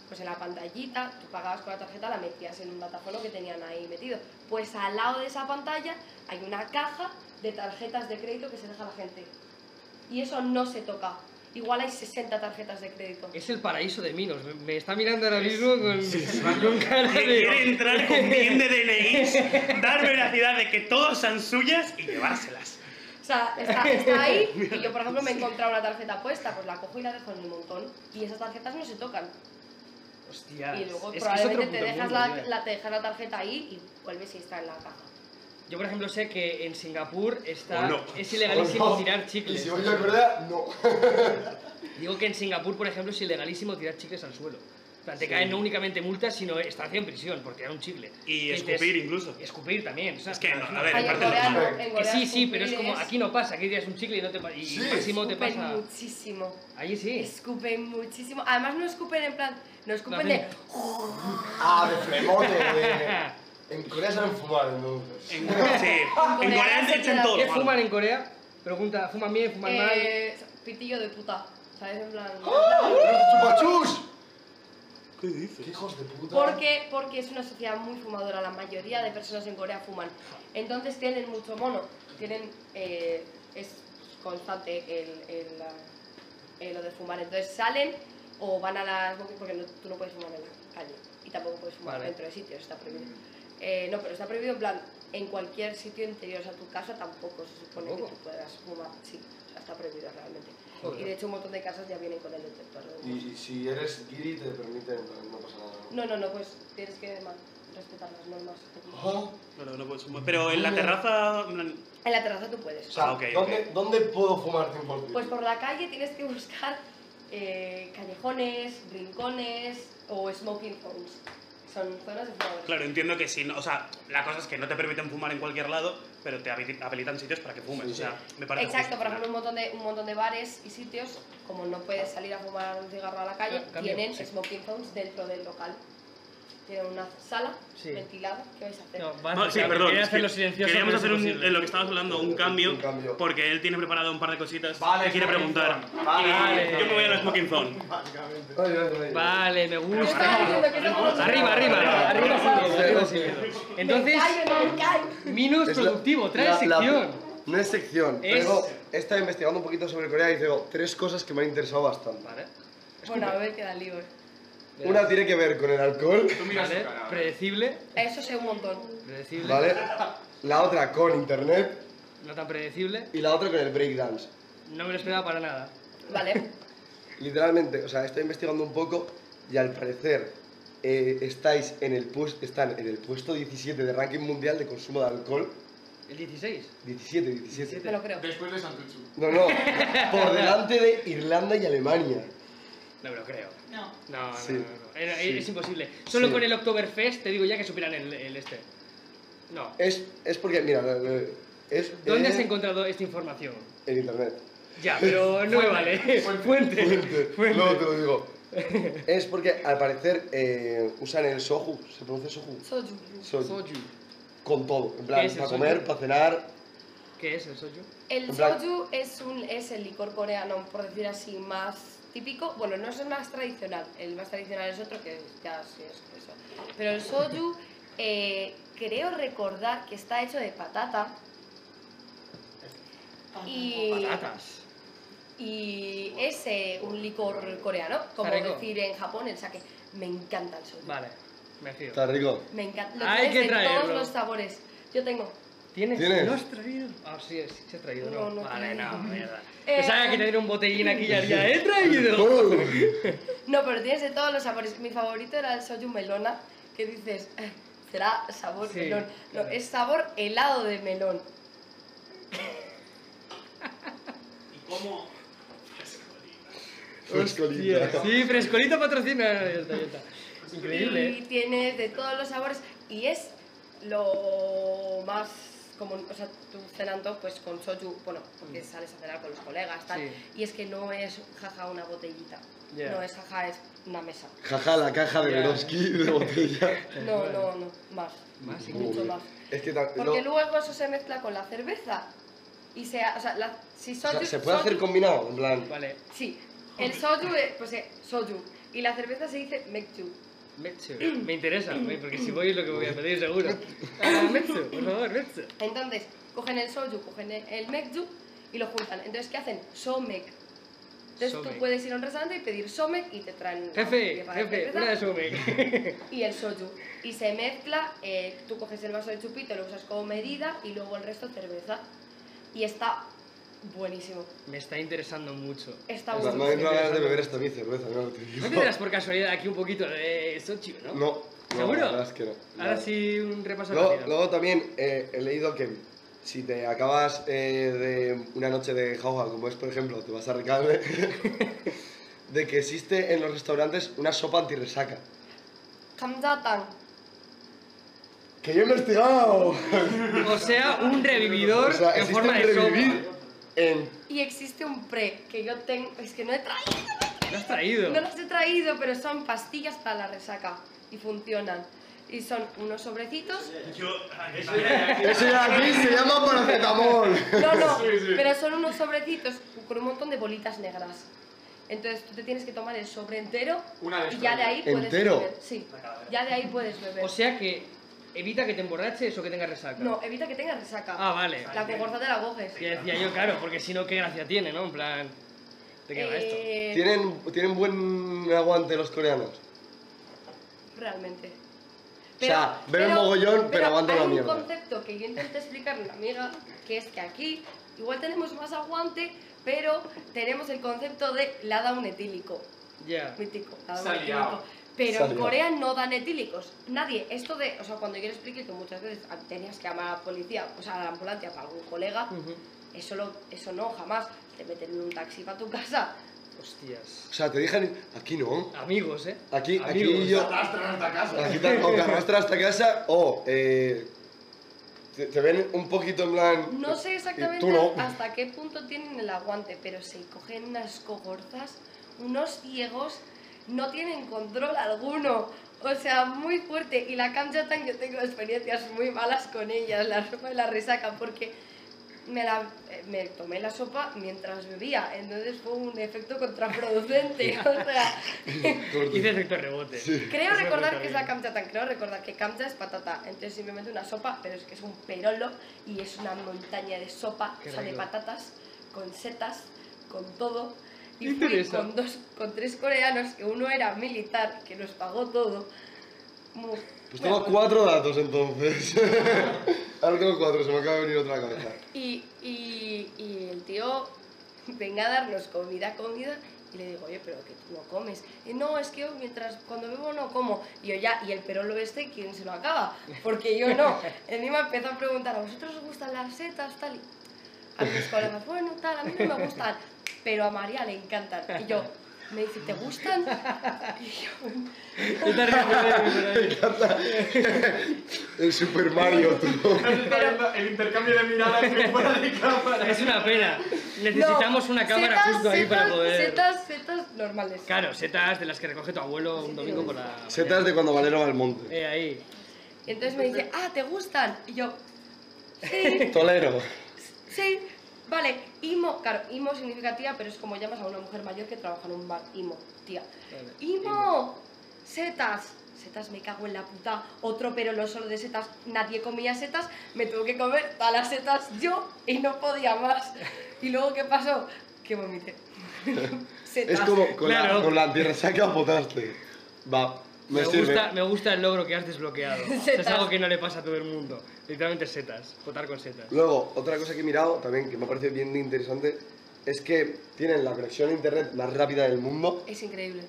Speaker 7: Pues en la pantallita tú pagabas con la tarjeta, la metías en un datafono que tenían ahí metido. Pues al lado de esa pantalla hay una caja de tarjetas de crédito que se deja a la gente. Y eso no se toca. Igual hay 60 tarjetas de crédito.
Speaker 2: Es el paraíso de Minos. Me- Me está mirando ahora mismo con, con cara de.
Speaker 6: Quiere entrar con bien de DNIs, dar veracidad de que todas sean suyas y llevárselas.
Speaker 7: O sea, está, está ahí y yo, por ejemplo, me he encontrado una tarjeta puesta, pues la cojo y la dejo en el montón. Y esas tarjetas no se tocan.
Speaker 2: Hostias.
Speaker 7: Y
Speaker 2: es
Speaker 7: luego
Speaker 2: que es otro
Speaker 7: probablemente
Speaker 2: puto
Speaker 7: te, dejas
Speaker 2: mundo,
Speaker 7: la,
Speaker 2: tío.
Speaker 7: la- te dejas la tarjeta ahí y vuelves y está en la caja.
Speaker 2: Yo, por ejemplo, sé que en Singapur está,
Speaker 6: Oh,
Speaker 1: O no.
Speaker 2: es ilegalísimo
Speaker 4: O no.
Speaker 2: tirar
Speaker 4: Y
Speaker 2: chicles.
Speaker 4: si voy yo, ¿verdad? No.
Speaker 2: Digo que en Singapur, por ejemplo, es ilegalísimo tirar chicles al suelo. O sea, te caen no únicamente multas, sino estancia en prisión por tirar un chicle.
Speaker 6: Y
Speaker 2: Que te-
Speaker 6: escupir incluso.
Speaker 2: Escupir también. o sea,
Speaker 6: Es que no, a ver,
Speaker 7: Ay,
Speaker 6: en
Speaker 7: en
Speaker 6: parte
Speaker 7: Corea
Speaker 6: normal.
Speaker 7: no, en
Speaker 2: Que
Speaker 7: Corea
Speaker 2: sí, sí, pero es como
Speaker 7: escupir
Speaker 2: aquí no pasa, aquí tiras un chicle y no te pa- y
Speaker 4: Sí,
Speaker 2: máximo te
Speaker 7: escupen
Speaker 2: pasa.
Speaker 7: muchísimo.
Speaker 2: Ahí sí.
Speaker 7: Escupen muchísimo. Además no escupen en plan, no escupen de...
Speaker 2: hacen-
Speaker 4: Ah, de flemote. de- En Corea saben fumar, entonces.
Speaker 6: En, sí. en Corea
Speaker 7: se
Speaker 6: te echan
Speaker 7: queda-
Speaker 6: todo.
Speaker 2: ¿Qué
Speaker 6: lo malo.
Speaker 2: fuman en Corea? Pregunta, ¿fuman bien, fuman mal? ¡Oh!
Speaker 7: eh, pitillo de puta, ¿sabes? En plan...
Speaker 4: ¡Ah, ¡Chupachus!
Speaker 6: ¿Qué dices?
Speaker 4: ¡Qué hijos de puta!
Speaker 7: Porque, porque es una sociedad muy fumadora, la mayoría de personas en Corea fuman. Entonces tienen mucho mono, tienen, eh, es constante el, el, ah, eh, lo de fumar. Entonces salen o van a las boqui- porque no- tú no puedes fumar en la calle y tampoco puedes fumar
Speaker 2: Vale.
Speaker 7: dentro de sitios, está prohibido. Eh, no, pero está prohibido en plan, en cualquier sitio interior a tu casa tampoco se supone
Speaker 2: ¿Tampoco?
Speaker 7: que tú puedas fumar, sí, o sea, está prohibido realmente.
Speaker 2: Joder.
Speaker 7: Y de hecho un montón de casas ya vienen con el detector. de
Speaker 4: Y,
Speaker 7: humos.
Speaker 4: y si eres guiri te permiten, no, no pasa nada. ¿no?
Speaker 7: No, no, no, pues tienes que man, respetar las normas.
Speaker 4: Ajá.
Speaker 6: No, no, no puedes fumar. Pero en la terraza. en plan,
Speaker 7: En la terraza tú
Speaker 4: O
Speaker 7: puedes.
Speaker 4: sea,
Speaker 6: Ah, ok,
Speaker 4: ¿dónde, ¿dónde puedo fumar 100%?
Speaker 7: Pues por la calle tienes que buscar eh, callejones, rincones o smoking zones. Son zonas de fumadores.
Speaker 6: Claro, entiendo que sí. no- o sea, la cosa es que no te permiten fumar en cualquier lado, pero te habili- habilitan sitios para que fumes.
Speaker 4: Sí,
Speaker 6: O sea, me parece.
Speaker 7: Exacto,
Speaker 6: justo.
Speaker 7: por ejemplo, un montón, de, un montón de bares y sitios, como no puedes salir a fumar un cigarro a la calle,
Speaker 2: Claro, cambio,
Speaker 7: tienen
Speaker 2: sí.
Speaker 7: smoking zones dentro del local. Tienen una sala
Speaker 2: Sí.
Speaker 7: ventilada. ¿Qué vais a hacer?
Speaker 2: No, vas,
Speaker 6: No,
Speaker 2: Ah, o
Speaker 6: sí,
Speaker 2: sea,
Speaker 6: perdón.
Speaker 2: quería
Speaker 6: es que
Speaker 2: hacerlo silencioso,
Speaker 6: queríamos
Speaker 2: pero es
Speaker 6: hacer un-
Speaker 2: imposible.
Speaker 6: en lo que estábamos hablando un cambio,
Speaker 4: Un cambio.
Speaker 6: porque él tiene preparado un par de cositas
Speaker 5: Vale,
Speaker 6: que quiere
Speaker 5: smoking
Speaker 6: preguntar.
Speaker 5: zone. Vale.
Speaker 6: Y
Speaker 2: Vale.
Speaker 6: Yo me voy a la smoking zone.
Speaker 4: Vale, vale, vale.
Speaker 2: Vale, me
Speaker 7: Yo
Speaker 2: gusta.
Speaker 7: estaba diciendo que no conozco-
Speaker 2: Arriba, arriba, arriba, arriba, sí, arriba, sí. Entonces,
Speaker 7: Me callo, no me callo.
Speaker 2: Minus
Speaker 4: Es la-
Speaker 2: productivo, trae
Speaker 4: la- la-
Speaker 2: sección.
Speaker 4: no es sección.
Speaker 2: Es-
Speaker 4: Traigo, he estado investigando un poquito sobre Corea y digo tres cosas que me han interesado bastante.
Speaker 2: Vale.
Speaker 7: Bueno, a ver qué da lío. eh.
Speaker 4: Una tiene que ver con el alcohol,
Speaker 5: Tú miras su
Speaker 2: Vale,
Speaker 5: cara. ahora.
Speaker 2: predecible,
Speaker 7: Eso sé un montón.
Speaker 2: predecible,
Speaker 4: ¿vale? La otra con internet
Speaker 2: no tan predecible,
Speaker 4: y la otra con el breakdance.
Speaker 2: no me lo esperaba para nada.
Speaker 7: Vale.
Speaker 4: Literalmente, o sea, estoy investigando un poco y al parecer eh, estáis en el pus- están en el puesto 17 de ranking mundial de consumo de alcohol.
Speaker 2: El 16.
Speaker 4: 17, 17.
Speaker 7: Me lo creo.
Speaker 5: Después de Santuchu.
Speaker 4: No, no, por delante de Irlanda y Alemania.
Speaker 2: No me lo creo.
Speaker 8: No.
Speaker 2: No, no,
Speaker 4: Sí.
Speaker 2: no, no. Era-
Speaker 4: Sí.
Speaker 2: Es imposible. Solo
Speaker 4: Sí.
Speaker 2: con el Oktoberfest te digo ya que superan el, el este. No.
Speaker 4: Es, es porque, mira, lo- lo- es
Speaker 2: ¿Dónde
Speaker 4: eh,
Speaker 2: has encontrado esta información?
Speaker 4: En internet.
Speaker 2: Ya, pero no me vale. Fuente.
Speaker 4: Fuente. Luego te lo digo. Es porque al parecer eh, usan el soju, se pronuncia soju,
Speaker 7: Soju.
Speaker 4: Soju.
Speaker 2: Soju.
Speaker 4: con todo, en plan
Speaker 2: ¿Qué es el
Speaker 4: para
Speaker 2: soju?
Speaker 4: comer, para cenar,
Speaker 2: ¿Qué es el soju?
Speaker 7: El
Speaker 4: En plan-
Speaker 7: soju es, un, es el licor coreano, por decir así, más típico. Bueno, no es el más tradicional. El más tradicional es otro que ya sí es eso. Pero el soju, eh, creo recordar que está hecho de patata. Y.
Speaker 2: Patatas.
Speaker 7: y es eh, un licor coreano, como
Speaker 2: rico?
Speaker 7: decir en Japón el sake. Me encanta el soju.
Speaker 2: Vale, me fío.
Speaker 4: Está rico.
Speaker 7: Me encanta. Lo
Speaker 2: Hay
Speaker 7: tienes
Speaker 2: que
Speaker 7: de
Speaker 2: traerlo.
Speaker 7: todos los sabores. Yo tengo.
Speaker 2: ¿Tienes?
Speaker 4: ¿Tienes?
Speaker 2: ¿No has traído? Ah, sí, sí, se ha traído, ¿no?
Speaker 7: No, no
Speaker 2: vale,
Speaker 7: tengo.
Speaker 2: no, mierda.
Speaker 7: Eh,
Speaker 2: Pensaba que tener un botellín aquí ya había he traído.
Speaker 4: Uh,
Speaker 7: No, pero tienes de todos los sabores. Mi favorito era el soju melona, que dices, "Eh, será sabor
Speaker 2: Sí,
Speaker 7: melón. No,
Speaker 2: claro.
Speaker 7: es sabor helado de melón.
Speaker 5: ¿Y cómo?
Speaker 4: frescolita.
Speaker 2: Sí, frescolita patrocina. Ya está, ya está. Increíble,
Speaker 7: Y
Speaker 2: ¿eh?
Speaker 7: tienes de todos los sabores y es lo más común. O sea, tú cenando pues con soju, bueno, porque sales a cenar con los colegas, tal.
Speaker 2: Mm. Sí.
Speaker 7: Y es que no es jaja una botellita.
Speaker 2: Ya.
Speaker 7: No es jaja, es una mesa.
Speaker 4: Jaja, la caja de
Speaker 2: Ya.
Speaker 4: Verovsky de botella.
Speaker 7: No, no, no, más.
Speaker 2: Más,
Speaker 7: Mucho
Speaker 4: Uy.
Speaker 7: más.
Speaker 4: Es que ta-
Speaker 7: Porque
Speaker 4: no,
Speaker 7: luego eso se mezcla con la cerveza. Y se, ha- o sea, la- si
Speaker 4: o
Speaker 7: soju,
Speaker 4: sea, se puede
Speaker 7: soju-
Speaker 4: hacer combinado, en plan.
Speaker 2: Vale,
Speaker 7: Sí, el soju es, pues eh, soju. Y la cerveza se dice mekju.
Speaker 2: Metsu. Me interesa, me- porque si voy es lo que voy a pedir seguro. Ah, Metsu, por favor, Metsu.
Speaker 7: Entonces, cogen el soju, cogen el, el mekju y lo juntan. Entonces, ¿qué hacen? Somek. Entonces
Speaker 2: Somek.
Speaker 7: tú puedes ir a un restaurante y pedir somek y te traen una
Speaker 2: Jefe,
Speaker 7: botella de
Speaker 2: jefe,
Speaker 7: cerveza
Speaker 2: una de Sumek.
Speaker 7: y el soju. Y se mezcla, eh, tú coges el vaso de chupito, lo usas como medida y luego el resto cerveza. Y está buenísimo.
Speaker 2: Me está interesando mucho.
Speaker 7: Está
Speaker 4: O sea, Pues,
Speaker 7: buenísimo.
Speaker 4: no entro a ganas de beber hasta mi cerveza, no te digo.
Speaker 2: ¿No tendrás por casualidad aquí un poquito de Sochi, no?
Speaker 4: No, no,
Speaker 2: ¿Seguro?
Speaker 4: la verdad es que no.
Speaker 2: Ahora
Speaker 4: No.
Speaker 2: sí, un repaso
Speaker 4: Luego,
Speaker 2: rápido.
Speaker 4: luego también eh, he leído que si te acabas eh, de una noche de jauja, como es por ejemplo, te vas a recalde, de que existe en los restaurantes una sopa antirresaca.
Speaker 7: Kamjatang.
Speaker 4: ¡Que yo he investigado!
Speaker 2: O sea, un revividor
Speaker 4: O sea,
Speaker 2: en
Speaker 4: existe
Speaker 2: forma
Speaker 4: un
Speaker 2: de
Speaker 4: revivir
Speaker 2: sopa.
Speaker 4: en...
Speaker 7: Y existe un pre que yo tengo, es que no he traído.
Speaker 2: Lo has traído.
Speaker 7: No las he traído, pero son pastillas para la resaca y funcionan. Y son unos sobrecitos.
Speaker 6: Yo.
Speaker 4: Eso ya aquí se llama paracetamol.
Speaker 7: No, no, pero son unos sobrecitos con un montón de bolitas negras. Entonces tú te tienes que tomar el sobre entero
Speaker 5: Una
Speaker 2: Ah,
Speaker 5: vez
Speaker 7: y ya de ahí puedes
Speaker 4: ¿Entero?
Speaker 7: beber. Sí, ya de ahí puedes beber.
Speaker 2: O sea que evita que te emborraches o que tengas resaca.
Speaker 7: no, evita que tengas resaca.
Speaker 2: Ah, vale.
Speaker 7: La cogorza te la coges.
Speaker 2: Ya decía yo, claro, porque si no, qué gracia tiene, ¿no? En plan, ¿de qué va esto?
Speaker 7: Eh,
Speaker 4: ¿Tienen, tienen buen aguante los coreanos.
Speaker 7: Realmente.
Speaker 4: O sea, beben mogollón, pero aguantan
Speaker 7: hay
Speaker 4: la
Speaker 7: un
Speaker 4: mierda.
Speaker 7: concepto que yo intenté explicarle a una amiga, que es que aquí igual tenemos más aguante, pero tenemos el concepto de la da un etílico.
Speaker 2: Ya.
Speaker 7: Mítico, la da un
Speaker 5: Se ha
Speaker 7: etílico.
Speaker 5: liado.
Speaker 4: Se ha
Speaker 7: Pero en
Speaker 4: liado.
Speaker 7: Corea no dan etílicos. Nadie. Esto de, o sea, cuando yo le expliqué que muchas veces tenías que llamar a la policía, o sea, a la ambulancia para algún colega,
Speaker 2: Ujú.
Speaker 7: eso, lo, eso no, jamás. Te meten en un taxi para tu casa.
Speaker 2: Hostias.
Speaker 4: O sea, te dejan... ir- Aquí no.
Speaker 2: Amigos, ¿eh?
Speaker 4: Aquí, aquí
Speaker 2: Amigos.
Speaker 4: yo...
Speaker 5: Arrastran hasta casa.
Speaker 4: Aquí te, o te arrastras hasta casa o eh, te, te ven un poquito en plan... pues,
Speaker 7: No sé exactamente
Speaker 4: Y Eh, tú no.
Speaker 7: hasta qué punto tienen el aguante, pero se cogen unas cogorzas, unos ciegos, no tienen control alguno. O sea, muy fuerte. Y la Kamjatan, yo tengo experiencias muy malas con ellas, la sopa y la resaca, porque me, la, eh, me tomé la sopa mientras bebía. Entonces fue un efecto contraproducente. o sea,
Speaker 4: pues,
Speaker 2: Hice efecto rebote.
Speaker 7: Creo
Speaker 2: Eso
Speaker 7: recordar
Speaker 2: está
Speaker 7: que es
Speaker 2: bien.
Speaker 7: la kamchatan, creo recordar que kamcha es patata, entonces simplemente una sopa, pero es que es un perolo y es una montaña de sopa,
Speaker 2: Qué
Speaker 7: o sea, de
Speaker 2: rico.
Speaker 7: patatas, con setas, con todo. Y fui
Speaker 2: Interesa.
Speaker 7: con, dos, con tres coreanos, que uno era militar, que nos pagó todo. Mu-
Speaker 4: Pues tengo cuatro datos entonces. Ahora tengo cuatro, se me acaba de venir otra a la cabeza.
Speaker 7: Y, y, y el tío venga a darnos comida, comida, y le digo, oye, pero que tú no comes. Y no, es que yo mientras, cuando bebo no como. Y yo ya, y el perolo este, ¿quién se lo acaba? Porque yo no. Encima empezó a preguntar, ¿a vosotros os gustan las setas, tal? Y a mis colegas, bueno, tal, a mí no me gustan, pero a María le encantan. Y yo, me dice, ¿te gustan? Y yo,
Speaker 2: Hice rebote.
Speaker 4: El Super Mario, tú.
Speaker 5: Pero... El intercambio de miradas que fuera de cámara.
Speaker 2: Es una pena. Necesitamos
Speaker 7: no,
Speaker 2: una cámara
Speaker 7: setas,
Speaker 2: justo ahí para
Speaker 7: setas,
Speaker 2: poder.
Speaker 7: Setas, setas normales.
Speaker 2: Claro, setas de las que recoge tu abuelo un domingo por la.
Speaker 4: Setas de cuando Valero va al monte.
Speaker 2: Eh, ahí.
Speaker 7: Y entonces me dice, ah, ¿te gustan? Y yo, sí.
Speaker 4: Tolero.
Speaker 7: Sí, vale, IMO, claro, IMO significa tía, pero es como llamas a una mujer mayor que trabaja en un bar, IMO, tía.
Speaker 2: Vale.
Speaker 7: ¡IMO! Setas, setas, me cago en la puta, otro pero no solo de setas, nadie comía setas, me tuve que comer todas las setas yo y no podía más. ¿Y luego qué pasó? que vomité. Setas.
Speaker 4: Es como con,
Speaker 2: Claro.
Speaker 4: la, con la antirresaca votaste. Va, me,
Speaker 2: Me,
Speaker 4: sirve.
Speaker 2: gusta, me gusta el logro que has desbloqueado. O sea, es
Speaker 7: Setas.
Speaker 2: algo que no le pasa a todo el mundo. Literalmente setas, votar con setas.
Speaker 4: Luego, otra cosa que he mirado también, que me ha parecido bien interesante, es que tienen la conexión a internet más rápida del mundo
Speaker 7: Es increíble.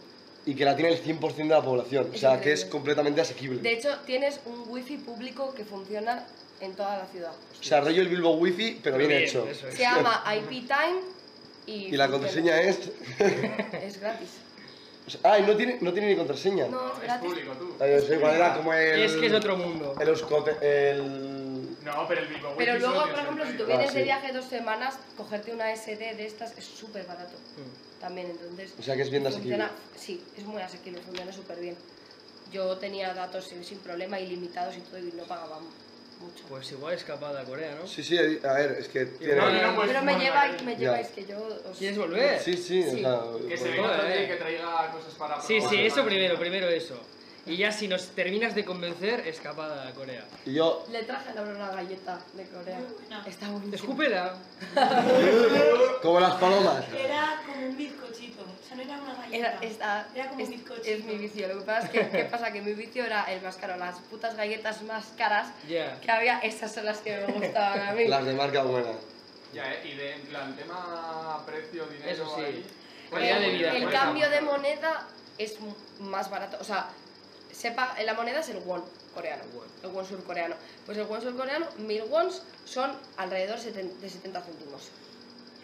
Speaker 4: y que la tiene el 100% de la población. O
Speaker 7: Es
Speaker 4: sea, que es
Speaker 7: increíble.
Speaker 4: completamente asequible.
Speaker 7: De hecho, tienes un wifi público que funciona en toda la ciudad.
Speaker 4: o sea, rollo el Bilbo Wifi, pero bien,
Speaker 2: Bien,
Speaker 4: hecho.
Speaker 2: eso es.
Speaker 7: Se llama IP Time y.
Speaker 4: Y la
Speaker 7: funciona.
Speaker 4: contraseña es...
Speaker 7: Es gratis.
Speaker 4: o sea, ah, y no tiene, no tiene ni contraseña.
Speaker 7: No, es
Speaker 5: Es
Speaker 7: gratis.
Speaker 5: público, tú.
Speaker 4: Ah, yo sé cuál era, como el...
Speaker 2: Es que es otro mundo.
Speaker 4: El Euskote... El...
Speaker 5: No, pero el Vivo Wifi
Speaker 7: Pero
Speaker 5: solo
Speaker 7: luego, por
Speaker 5: tienes
Speaker 7: ejemplo, si tú
Speaker 5: treinta
Speaker 4: Ah,
Speaker 7: vienes
Speaker 4: sí.
Speaker 7: de viaje dos semanas, cogerte una SD de estas es súper barato. También, entonces.
Speaker 4: O sea, que es bien asequible.
Speaker 7: funciona, sí, es muy asequible, funciona súper bien. Yo tenía datos sin sin problema, ilimitados y todo, y no pagaba mucho.
Speaker 2: Pues igual escapada a Corea, ¿no?
Speaker 4: Sí, sí, a ver, es que tiene...
Speaker 5: no, no, pues,
Speaker 7: Pero me
Speaker 5: bueno,
Speaker 7: lleváis,
Speaker 5: eh,
Speaker 7: me
Speaker 4: ya.
Speaker 7: lleváis que yo os.
Speaker 2: ¿Quieres volver?
Speaker 4: Sí, sí, o
Speaker 7: Sí.
Speaker 5: y
Speaker 4: sea...
Speaker 5: Que se
Speaker 4: bueno.
Speaker 5: venga otro día
Speaker 2: Joder. eh.
Speaker 5: y que traiga cosas para
Speaker 2: Sí,
Speaker 5: probar.
Speaker 2: sí, eso primero, primero eso. Y ya si nos terminas de convencer, escapada a Corea.
Speaker 4: Y yo...
Speaker 7: Le traje a Laura una galleta de Corea.
Speaker 8: Muy
Speaker 2: Ah.
Speaker 8: buena.
Speaker 7: Está buenísima.
Speaker 2: Escúpela.
Speaker 4: Como las palomas.
Speaker 8: Era como un bizcochito. O sea, no era una galleta.
Speaker 7: Era, esta,
Speaker 8: Era como
Speaker 7: es,
Speaker 8: un bizcochito.
Speaker 7: es mi vicio. Lo que pasa es que, ¿qué pasa? Que mi vicio era el más caro. Las putas galletas más caras
Speaker 2: Ya.
Speaker 7: que había, esas son las que me gustaban a mí.
Speaker 4: Las de marca buena.
Speaker 5: Ya, eh, y de, en plan, tema precio, dinero,
Speaker 2: Eso sí.
Speaker 5: ahí.
Speaker 2: Calidad de vida.
Speaker 7: El
Speaker 2: pues.
Speaker 7: cambio de moneda es m- más barato. O sea, sepa, la moneda es el won coreano, el won surcoreano. Pues el won surcoreano, mil wons son alrededor seten- de 70 céntimos.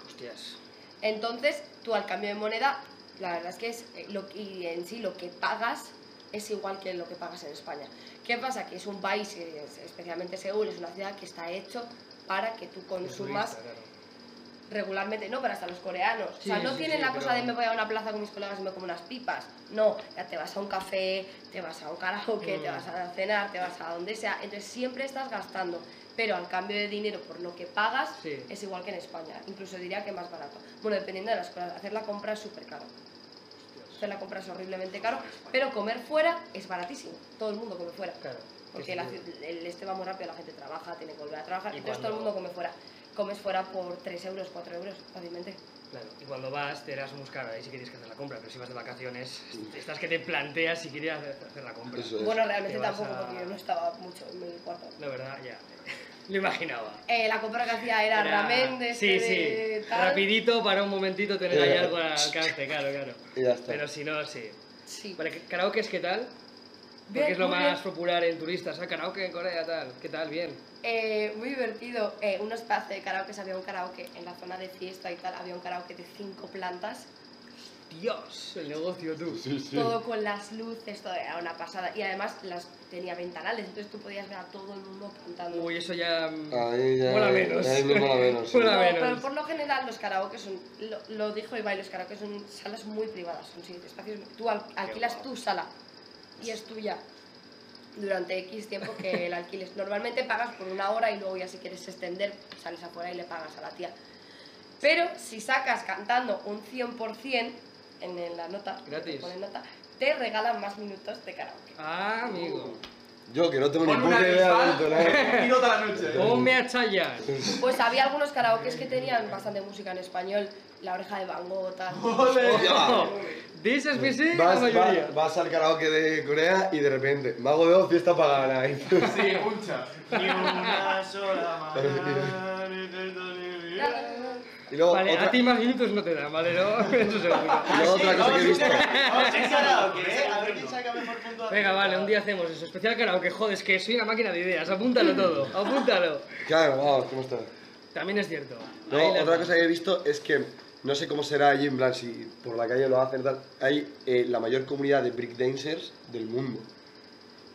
Speaker 2: Hostias.
Speaker 7: Entonces, tú al cambio de moneda, la verdad es que es eh, lo y en sí lo que pagas es igual que lo que pagas en España. ¿Qué pasa? Que es un país, eh, es- especialmente Seúl, es una ciudad que está hecho para que tú consumas
Speaker 2: Turista, claro.
Speaker 7: regularmente, no, pero hasta los coreanos.
Speaker 2: Sí,
Speaker 7: o sea, no
Speaker 2: sí,
Speaker 7: tienen
Speaker 2: sí,
Speaker 7: la
Speaker 2: pero-
Speaker 7: cosa de me voy a una plaza con mis colegas y me como unas pipas. No, ya te vas a un café, te vas a un karaoke, te
Speaker 2: Mm.
Speaker 7: vas a cenar, te vas a donde sea. Entonces siempre estás gastando, pero al cambio de dinero por lo que pagas
Speaker 2: Sí.
Speaker 7: es igual que en España. Incluso diría que más barato. Bueno, dependiendo de las cosas. Hacer la compra es súper caro. Hacer la compra es horriblemente caro, pero comer fuera es baratísimo. Todo el mundo come fuera.
Speaker 2: Claro.
Speaker 7: Porque la ciu- el este va muy rápido, la gente trabaja, tiene que volver a trabajar,
Speaker 2: Y
Speaker 7: entonces todo el
Speaker 2: cuando-
Speaker 7: mundo come fuera. Comes fuera por 3 euros, 4 euros, fácilmente.
Speaker 2: Claro, y cuando vas de Erasmus, claro, ahí sí que tienes que hacer la compra, pero si vas de vacaciones, estás que te planteas si quieres hacer hacer la compra.
Speaker 4: Eso es.
Speaker 7: Bueno,
Speaker 2: Te
Speaker 7: realmente
Speaker 2: vas
Speaker 7: tampoco,
Speaker 2: a-
Speaker 7: porque yo no estaba mucho en mi cuarto.
Speaker 2: La verdad, ya. Lo imaginaba.
Speaker 7: Eh, la compra que hacía era,
Speaker 2: Era-
Speaker 7: ramen de
Speaker 2: Sí,
Speaker 7: este
Speaker 2: sí.
Speaker 7: de tal.
Speaker 2: Rapidito, para un momentito, tener ahí
Speaker 4: Eh.
Speaker 2: algo al alcance, claro, claro.
Speaker 4: Y ya está.
Speaker 2: Pero si no, sí.
Speaker 7: Sí.
Speaker 2: Vale, ¿qué- karaoke es qué tal?
Speaker 7: Bien,
Speaker 2: Porque es lo
Speaker 7: muy
Speaker 2: más
Speaker 7: bien.
Speaker 2: popular en turistas. Ah, karaoke en Corea, tal. ¿Qué tal? Bien.
Speaker 7: Eh, muy divertido. Eh, un espacio de karaoke, había un karaoke en la zona de fiesta y tal, había un karaoke de cinco plantas,
Speaker 2: Dios, el negocio tú.
Speaker 4: Sí, sí.
Speaker 7: todo con las luces, todo era una pasada. Y además las tenía ventanales, entonces tú podías ver a todo el mundo cantando.
Speaker 2: Uy, eso ya. mm,
Speaker 4: Ahí ya.
Speaker 2: Mola menos.
Speaker 4: Ahí me mola menos. sí.
Speaker 2: Mola
Speaker 7: No,
Speaker 2: menos.
Speaker 7: pero por lo general los karaoke son, lo, lo dijo Ibai, los karaoke son salas muy privadas, son sí, espacios, tú al- alquilas tu sala y es tuya durante X tiempo que la alquiles. Normalmente pagas por una hora y luego ya si quieres extender sales afuera y le pagas a la tía. Pero si sacas cantando un 100% en, en la nota, que te
Speaker 2: Gratis.
Speaker 7: ponen nota, te regalan más minutos de karaoke.
Speaker 2: Ah, amigo.
Speaker 4: Yo que no tengo ni
Speaker 5: Pon una
Speaker 4: puta idea de entonar.
Speaker 5: cristal y nota la noche.
Speaker 2: Ponme a chayar.
Speaker 7: Pues había algunos karaokes que tenían bastante música en español, La Oreja de Van Gogh, tal.
Speaker 2: Dices que sí, la
Speaker 4: Vas,
Speaker 2: mayoría.
Speaker 4: vas, vas al karaoke de Corea y de repente, Mago de Oz, fiesta pagana. Y tú,
Speaker 5: Sí, puncha.
Speaker 1: Ni una sola mañana, ni te doy ni-
Speaker 4: Y luego,
Speaker 2: Vale,
Speaker 4: otra,
Speaker 2: a ti más minutos no te dan, ¿vale? No, eso seguro.
Speaker 4: y luego otra cosa que he visto.
Speaker 1: Vamos a ir karaoke, ¿eh? A ver quién saca mejor puntuación.
Speaker 2: Venga, vale, un día hacemos eso. Especial karaoke, joder, es que soy una máquina de ideas. Apúntalo todo, apúntalo.
Speaker 4: Claro, vamos, ¿cómo está?
Speaker 2: También es cierto.
Speaker 4: Luego,
Speaker 2: Ahí la-
Speaker 4: otra cosa que he visto es que, no sé cómo será allí, en plan, si por la calle lo hacen y tal, hay eh, la mayor comunidad de breakdancers del mundo.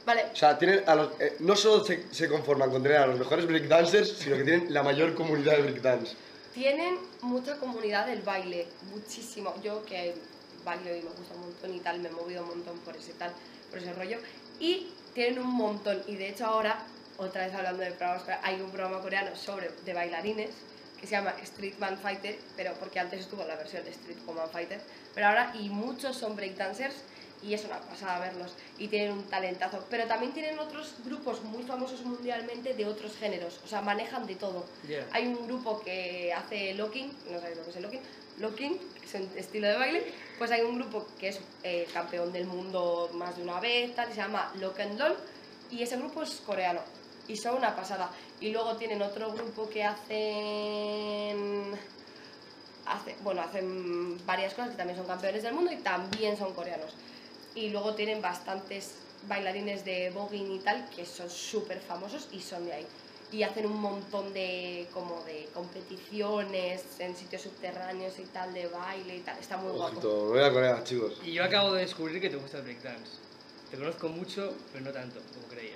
Speaker 7: Vale,
Speaker 4: O sea, tienen a los, eh, no solo se, se conforman con tener a los mejores breakdancers, sino que tienen la mayor comunidad de breakdance.
Speaker 7: Tienen mucha comunidad del baile, muchísimo. Yo que bailo y me gusta un montón y tal, me he movido un montón por ese tal, por ese rollo. Y tienen un montón, y de hecho ahora, otra vez hablando de programas, core- hay un programa coreano sobre de bailarines que se llama Street Man Fighter, pero porque antes estuvo la versión de Street Woman Fighter, pero ahora y muchos son breakdancers y es una pasada verlos y tienen un talentazo. Pero también tienen otros grupos muy famosos mundialmente de otros géneros, o sea, manejan de todo.
Speaker 2: Ya.
Speaker 7: Hay un grupo que hace locking, no sabéis lo que es el locking, locking, que es un estilo de baile, pues hay un grupo que es eh, campeón del mundo más de una vez, tal, y se llama Lock and Lol, y ese grupo es coreano, y son una pasada. Y luego tienen otro grupo que hacen... hace- bueno, hacen varias cosas que también son campeones del mundo y también son coreanos. Y luego tienen bastantes bailarines de voguing y tal que son súper famosos y son de ahí y hacen un montón de como de competiciones en sitios subterráneos y tal de baile y tal está muy guapo
Speaker 4: Ojito, me voy a Corea, chicos.
Speaker 2: Y yo acabo de descubrir que te gusta el breakdance. Te conozco mucho, pero no tanto como creía.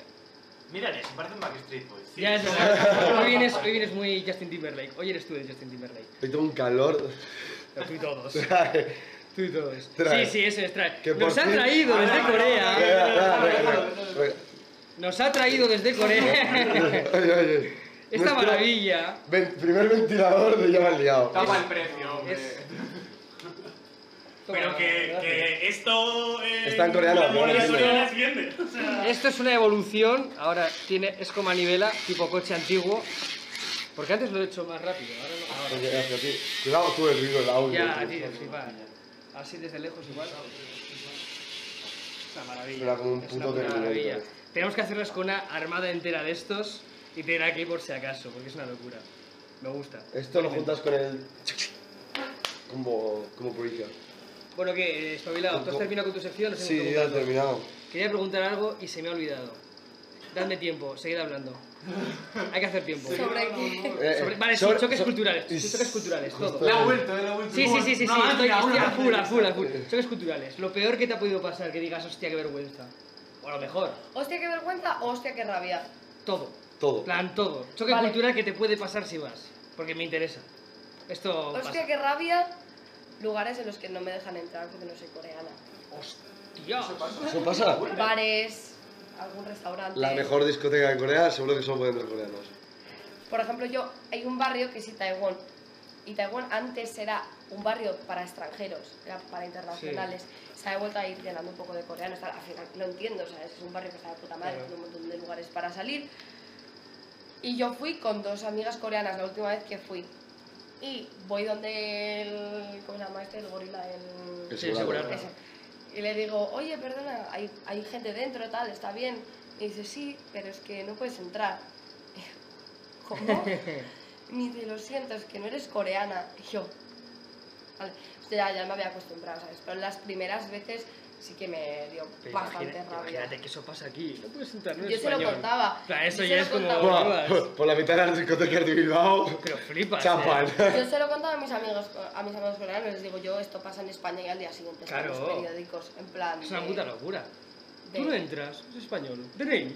Speaker 5: Mírales, se parecen Backstreet Boys. sí.
Speaker 2: Ya es verdad. hoy, vienes, hoy vienes muy Justin Timberlake. Hoy eres tú de Justin Timberlake.
Speaker 4: Hoy tengo un calor.
Speaker 2: No, tú y todos.
Speaker 4: Trae,
Speaker 2: Tú y todos.
Speaker 4: Trae.
Speaker 2: Sí, sí, ese es trae.
Speaker 4: Que por
Speaker 2: Nos ha
Speaker 4: fin- Ah,
Speaker 2: traído desde Corea.
Speaker 4: trae, trae, trae.
Speaker 2: Nos ha traído desde Corea.
Speaker 4: Oye, oye.
Speaker 2: Esta
Speaker 4: Nuestro
Speaker 2: maravilla.
Speaker 4: ven- primer ventilador de ya me han liado.
Speaker 5: Tapa el precio, hombre.
Speaker 2: es-
Speaker 6: Pero que, que esto. Eh,
Speaker 4: Está en coreano,
Speaker 6: La moneda
Speaker 4: ¿no?
Speaker 6: coreana es bien. O sea,
Speaker 2: Esto es una evolución. Ahora tiene, es como a nivela, tipo coche antiguo. Porque antes lo he hecho más rápido. Ahora no. ahora.
Speaker 4: Oye, hacia ti. Cuidado tú el ruido, el audio.
Speaker 2: Ya,
Speaker 4: tú.
Speaker 2: tío, flipar. Así desde lejos igual. Es una maravilla.
Speaker 4: Era como un
Speaker 2: es
Speaker 4: puto
Speaker 2: una puta
Speaker 4: Terminator.
Speaker 2: maravilla. Tenemos que hacernos con una armada entera de estos y tener aquí por si acaso, porque es una locura. Me gusta.
Speaker 4: Esto lo juntas con el. Como. como purica.
Speaker 2: Bueno, que espabilado, ¿tú has
Speaker 4: Con-
Speaker 2: terminado con tu sección? ¿Nos hemos
Speaker 4: Sí, ya he
Speaker 2: preguntado?
Speaker 4: terminado.
Speaker 2: Quería preguntar algo y se me ha olvidado. Dadme tiempo, seguid hablando. Hay que hacer tiempo.
Speaker 7: sobre qué
Speaker 4: Eh,
Speaker 2: Sobre-
Speaker 4: eh,
Speaker 2: vale, sí,
Speaker 4: sobre-
Speaker 2: choques
Speaker 4: so-
Speaker 2: culturales. sí,
Speaker 4: is-
Speaker 2: choques culturales,
Speaker 4: justo.
Speaker 2: todo.
Speaker 5: La ha vuelto, eh, la ha vuelto.
Speaker 2: Sí, sí, sí, sí,
Speaker 5: No,
Speaker 2: sí,
Speaker 5: antes,
Speaker 2: estoy,
Speaker 5: ahora,
Speaker 2: estoy a full, a full, a full.
Speaker 4: Sí.
Speaker 2: Choques culturales. Lo peor que te ha podido pasar, que digas, hostia, qué vergüenza. O a lo mejor,
Speaker 7: hostia qué vergüenza hostia qué rabia
Speaker 2: todo.
Speaker 4: Todo.
Speaker 2: plan, todo. Choque
Speaker 7: Vale.
Speaker 2: cultural que te puede pasar si vas. Porque me interesa. Esto
Speaker 7: hostia qué rabia lugares en los que no me dejan entrar porque no soy coreana
Speaker 2: pasa. Dios.
Speaker 4: ¿Eso pasa?
Speaker 7: bares algún restaurante
Speaker 4: La mejor discoteca de Corea, seguro que solo pueden los coreanos.
Speaker 7: Por ejemplo, yo hay un barrio que es Itaewon. Y Taiwán antes era un barrio para extranjeros, era para internacionales. Se ha vuelto a ir llenando un poco de coreanos. tal. Al final, lo entiendo, o sea, es un barrio que está de puta madre,
Speaker 2: Claro.
Speaker 7: tiene un montón de lugares para salir. Y yo fui con dos amigas coreanas la última vez que fui. Y voy donde el. ¿Cómo se llama este? El gorila, el.
Speaker 4: El
Speaker 2: Sí, el
Speaker 4: segurata.
Speaker 2: segurata.
Speaker 7: Eso. Y le digo, oye, perdona, hay, hay gente dentro, tal, está bien. Y dice, sí, pero es que no puedes entrar. ¿Cómo? Ni de lo siento, es que no eres coreana. Y yo, vale, o sea, ya me había acostumbrado, ¿sabes? Pero las primeras veces sí que me dio
Speaker 2: Pero
Speaker 7: bastante
Speaker 2: imagina-
Speaker 7: rabia.
Speaker 2: Imagínate que eso pasa aquí. No puedes entrar, no
Speaker 7: Yo
Speaker 2: eres
Speaker 7: se lo
Speaker 2: español.
Speaker 7: contaba.
Speaker 2: Claro, eso
Speaker 7: yo se
Speaker 2: ya
Speaker 7: lo
Speaker 2: es como-
Speaker 7: contaba.
Speaker 4: Buah,
Speaker 2: Buah.
Speaker 4: por la mitad de las discotecas de Bilbao,
Speaker 2: Pero flipas.
Speaker 4: chapan.
Speaker 2: eh.
Speaker 7: Yo se lo contaba a mis amigos, a mis amigos coreanos, les digo, yo esto pasa en España y al día siguiente están
Speaker 2: Claro.
Speaker 7: los periódicos, en plan...
Speaker 2: Es una
Speaker 7: de-
Speaker 2: puta locura.
Speaker 7: de-
Speaker 2: Tú no entras, es español. DNI.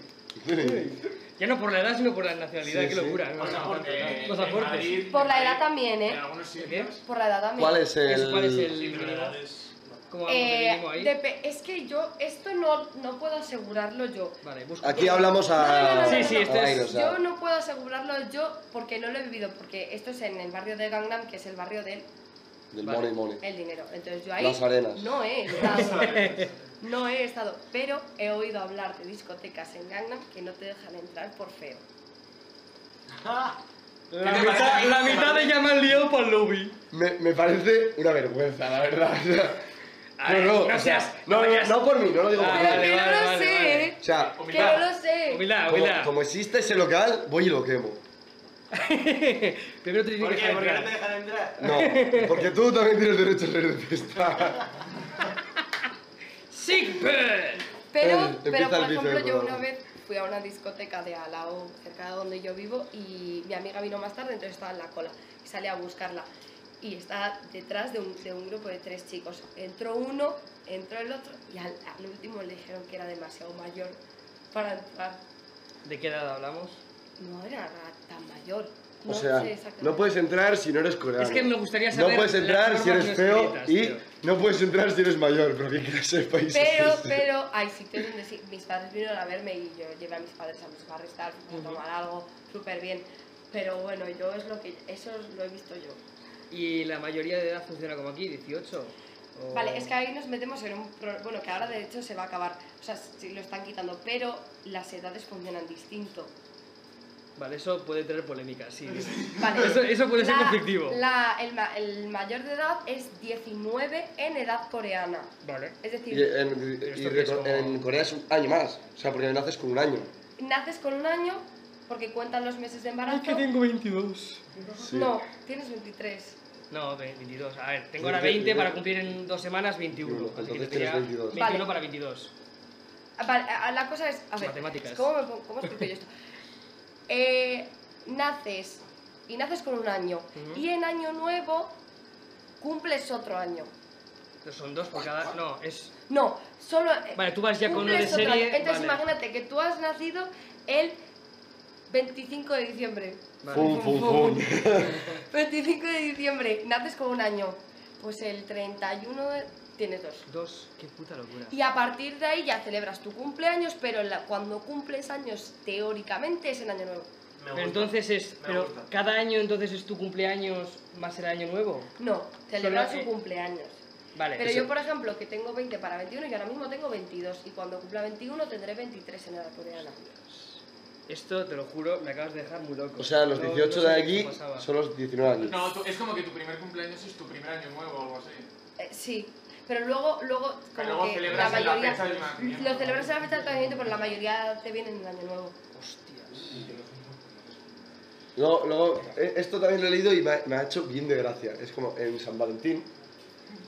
Speaker 2: Ya no por la edad, sino por la nacionalidad.
Speaker 4: Sí,
Speaker 2: Qué
Speaker 4: sí.
Speaker 2: locura. ¿no?
Speaker 5: Pasaporte. eh,
Speaker 2: Pasaportes.
Speaker 5: en Madrid,
Speaker 7: Por la
Speaker 5: en
Speaker 7: edad
Speaker 5: Madrid,
Speaker 7: también, ¿eh?
Speaker 5: En algunos sitios.
Speaker 7: Por la edad también.
Speaker 4: ¿Cuál es el.?
Speaker 2: ¿Eso ¿Cuál es el...?
Speaker 6: Libertades.
Speaker 2: ¿Cómo vamos de
Speaker 7: Eh,
Speaker 2: mínimo ahí?
Speaker 7: depe- es que yo, esto no, no puedo asegurarlo yo.
Speaker 2: Vale, busco.
Speaker 4: Aquí hablamos
Speaker 7: No, no,
Speaker 4: a. este
Speaker 7: no, no,
Speaker 2: Sí, sí,
Speaker 7: no.
Speaker 2: esto
Speaker 4: a
Speaker 2: es-
Speaker 4: Airo, o sea,
Speaker 7: Yo no puedo asegurarlo yo porque no lo he vivido, porque esto es en el barrio de Gangnam, que es el barrio del
Speaker 4: Del
Speaker 2: Vale.
Speaker 4: money, money.
Speaker 7: el dinero. Entonces yo ahí
Speaker 4: Las arenas.
Speaker 7: no he estado. no he estado, pero he oído hablar de discotecas en Gangnam que no te dejan entrar por feo.
Speaker 2: La mitad, la mitad de llama al lío por lobby.
Speaker 4: Me, me parece una vergüenza, la verdad. o sea,
Speaker 2: A ver,
Speaker 4: no, no,
Speaker 2: no
Speaker 4: o sea,
Speaker 2: seas-
Speaker 4: no,
Speaker 2: no
Speaker 4: no,
Speaker 2: vayas-
Speaker 4: no por mí, no lo digo
Speaker 2: Ah,
Speaker 4: por mí.
Speaker 2: vale, Ah,
Speaker 7: pero que no
Speaker 2: vale,
Speaker 7: lo
Speaker 2: vale,
Speaker 7: sé, ¿eh?
Speaker 2: vale.
Speaker 4: O sea,
Speaker 7: que no lo sé.
Speaker 2: Humildad,
Speaker 4: como,
Speaker 2: humildad.
Speaker 4: como existe ese local, voy y lo quemo.
Speaker 2: Primero te tiene que
Speaker 5: ¿Por qué?
Speaker 2: dejar
Speaker 5: ¿Por qué no
Speaker 2: entrar.
Speaker 5: te dejan entrar?
Speaker 4: No, porque tú también tienes derecho a ser de fiesta.
Speaker 2: Sick Bird.
Speaker 4: Eh,
Speaker 7: Pero,
Speaker 4: empieza
Speaker 7: pero por
Speaker 4: el vicio
Speaker 7: ejemplo,
Speaker 4: del
Speaker 7: yo una
Speaker 4: programa.
Speaker 7: vez fui a una discoteca de Alao, cerca de donde yo vivo, y mi amiga vino más tarde, entonces estaba en la cola. Y salí a buscarla. Y estaba detrás de un, de un grupo de tres chicos. Entró uno, entró el otro, y al, al último le dijeron que era demasiado mayor para entrar.
Speaker 2: ¿De qué edad hablamos?
Speaker 7: No era tan mayor. No
Speaker 4: O sea,
Speaker 7: sé exactamente.
Speaker 4: no puedes entrar si no eres coreano.
Speaker 2: Es que me gustaría
Speaker 4: No
Speaker 2: saber.
Speaker 4: puedes
Speaker 2: las
Speaker 4: entrar
Speaker 2: normas
Speaker 4: si eres
Speaker 2: no
Speaker 4: feo
Speaker 2: escritas,
Speaker 4: y
Speaker 2: tío.
Speaker 4: no puedes entrar si eres mayor, pero qué clase de país es
Speaker 7: Pero,
Speaker 4: este?
Speaker 7: pero, hay sitios donde sí, mis padres vinieron a verme y yo llevé a mis padres a mis bares, tal, a tomar algo, súper bien. Pero bueno, yo es lo que, eso lo he visto yo.
Speaker 2: Y la mayoría de edad funciona como aquí, 18. O-
Speaker 7: Vale, es que ahí nos metemos en un... pro- Bueno, que ahora de hecho se va a acabar. O sea, sí, lo están quitando, pero las edades funcionan distinto.
Speaker 2: Vale, eso puede tener polémica, sí.
Speaker 7: Vale.
Speaker 2: Eso- eso puede ser conflictivo.
Speaker 7: la- el, ma- el mayor de edad es 19 en edad coreana.
Speaker 2: Vale.
Speaker 7: Es decir,
Speaker 4: Y,
Speaker 2: eh,
Speaker 4: en,
Speaker 2: Pero
Speaker 4: y
Speaker 2: esto que es
Speaker 4: reco-
Speaker 2: como-
Speaker 4: en Corea es un año más. O sea, porque naces con un año.
Speaker 7: naces con un año porque cuentan los meses de embarazo.
Speaker 2: 22.
Speaker 4: Sí.
Speaker 7: No, tienes 23.
Speaker 2: No, ve- 22. A ver, tengo ahora
Speaker 4: 20,
Speaker 2: 20 para
Speaker 4: 21.
Speaker 2: cumplir en dos semanas 21.
Speaker 4: Entonces
Speaker 2: así que
Speaker 4: tienes
Speaker 2: tendría
Speaker 4: 22.
Speaker 2: 21
Speaker 7: Vale.
Speaker 2: para 22.
Speaker 7: Ah, vale, ah, La cosa es, a ver,
Speaker 2: Matemáticas.
Speaker 7: ¿cómo, me pongo- cómo explico yo esto? Eh, naces y naces con un año
Speaker 2: Ujú.
Speaker 7: y en año nuevo cumples otro año.
Speaker 2: Entonces Son dos por cada. No, es.
Speaker 7: No, solo eh,
Speaker 2: Vale, tú vas ya con uno de
Speaker 7: cumples otro
Speaker 2: serie.
Speaker 7: año. Entonces
Speaker 2: vale.
Speaker 7: imagínate que tú has nacido el 25 de diciembre.
Speaker 2: Vale.
Speaker 4: Fum, fum, fum.
Speaker 7: 25 de diciembre, naces con un año. Pues el 31 de- tienes dos.
Speaker 2: Dos, qué puta locura.
Speaker 7: Y a partir de ahí ya celebras tu cumpleaños, pero la- cuando cumples años, teóricamente es en año nuevo.
Speaker 1: Me
Speaker 2: Pero entonces es.
Speaker 1: Me
Speaker 2: Pero
Speaker 1: gusta.
Speaker 2: cada año entonces es tu cumpleaños más el año nuevo.
Speaker 7: No, celebras
Speaker 2: Solo,
Speaker 7: su
Speaker 2: eh,
Speaker 7: cumpleaños.
Speaker 2: Vale.
Speaker 7: Pero
Speaker 2: eso-
Speaker 7: yo, por ejemplo, que tengo 20 para 21 y ahora mismo tengo 22. Y cuando cumpla 21 tendré 23 en edad coreana.
Speaker 2: Esto te lo juro, me acabas de dejar muy loco.
Speaker 4: O sea, los
Speaker 2: No- no
Speaker 4: 18 de
Speaker 2: sabía que
Speaker 4: aquí
Speaker 2: esto pasaba.
Speaker 4: son los 19 años.
Speaker 5: No, tú- es como que tu primer cumpleaños es tu primer año nuevo o algo así.
Speaker 7: Eh, sí, pero luego, luego como
Speaker 5: Pero luego
Speaker 7: que
Speaker 5: celebras
Speaker 7: la
Speaker 5: en la
Speaker 7: mayoría...
Speaker 5: fecha del nacimiento.
Speaker 7: lo celebras en la fecha del nacimiento, pero la mayoría te vienen en año nuevo.
Speaker 2: Hostias.
Speaker 4: Luego, luego, eh, esto también lo he leído y me ha, me ha hecho bien de gracia. Es como en San Valentín,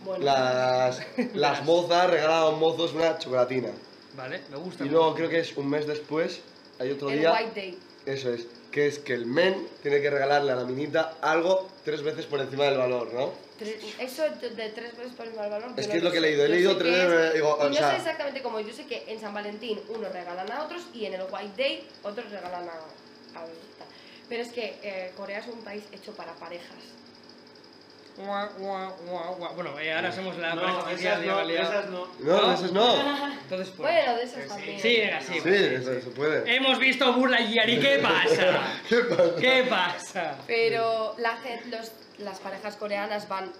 Speaker 7: Bueno,
Speaker 4: las, las mozas regalan a los mozos una chocolatina.
Speaker 2: Vale, me gusta.
Speaker 4: Y luego creo que es un mes después, hay otro
Speaker 7: el
Speaker 4: día,
Speaker 7: White Day.
Speaker 4: eso es, que es que el men tiene que regalarle a la minita algo tres veces por encima del valor, ¿no?
Speaker 7: Tres- Eso de de tres veces por el mal valor.
Speaker 4: Es
Speaker 7: yo
Speaker 4: que es
Speaker 7: no
Speaker 4: lo que he leído, he
Speaker 7: yo
Speaker 4: leído
Speaker 7: sé
Speaker 4: tres
Speaker 7: que es-
Speaker 4: veces, digo,
Speaker 7: y
Speaker 4: o
Speaker 7: no
Speaker 4: sea-
Speaker 7: sé exactamente cómo. Yo sé que en San Valentín unos regalan a otros y en el White Day otros regalan a, a otra. Pero es que eh, Corea es un país hecho para parejas.
Speaker 2: Guau, guau, guau, guau. Bueno, eh, ahora hacemos la pareja
Speaker 1: No,
Speaker 2: oficial
Speaker 1: esas
Speaker 2: de
Speaker 1: no,
Speaker 2: Galea.
Speaker 1: esas no.
Speaker 4: No,
Speaker 2: ¿No?
Speaker 4: esas no.
Speaker 2: Entonces, pues.
Speaker 7: Bueno, de esas
Speaker 5: eh, sí.
Speaker 7: también.
Speaker 2: Sí, era así.
Speaker 4: Sí, eso se puede.
Speaker 2: Hemos visto Burla y Yari, ¿qué pasa?
Speaker 4: ¿Qué pasa?
Speaker 2: ¿Qué pasa?
Speaker 7: Pero la gen- los- las parejas coreanas van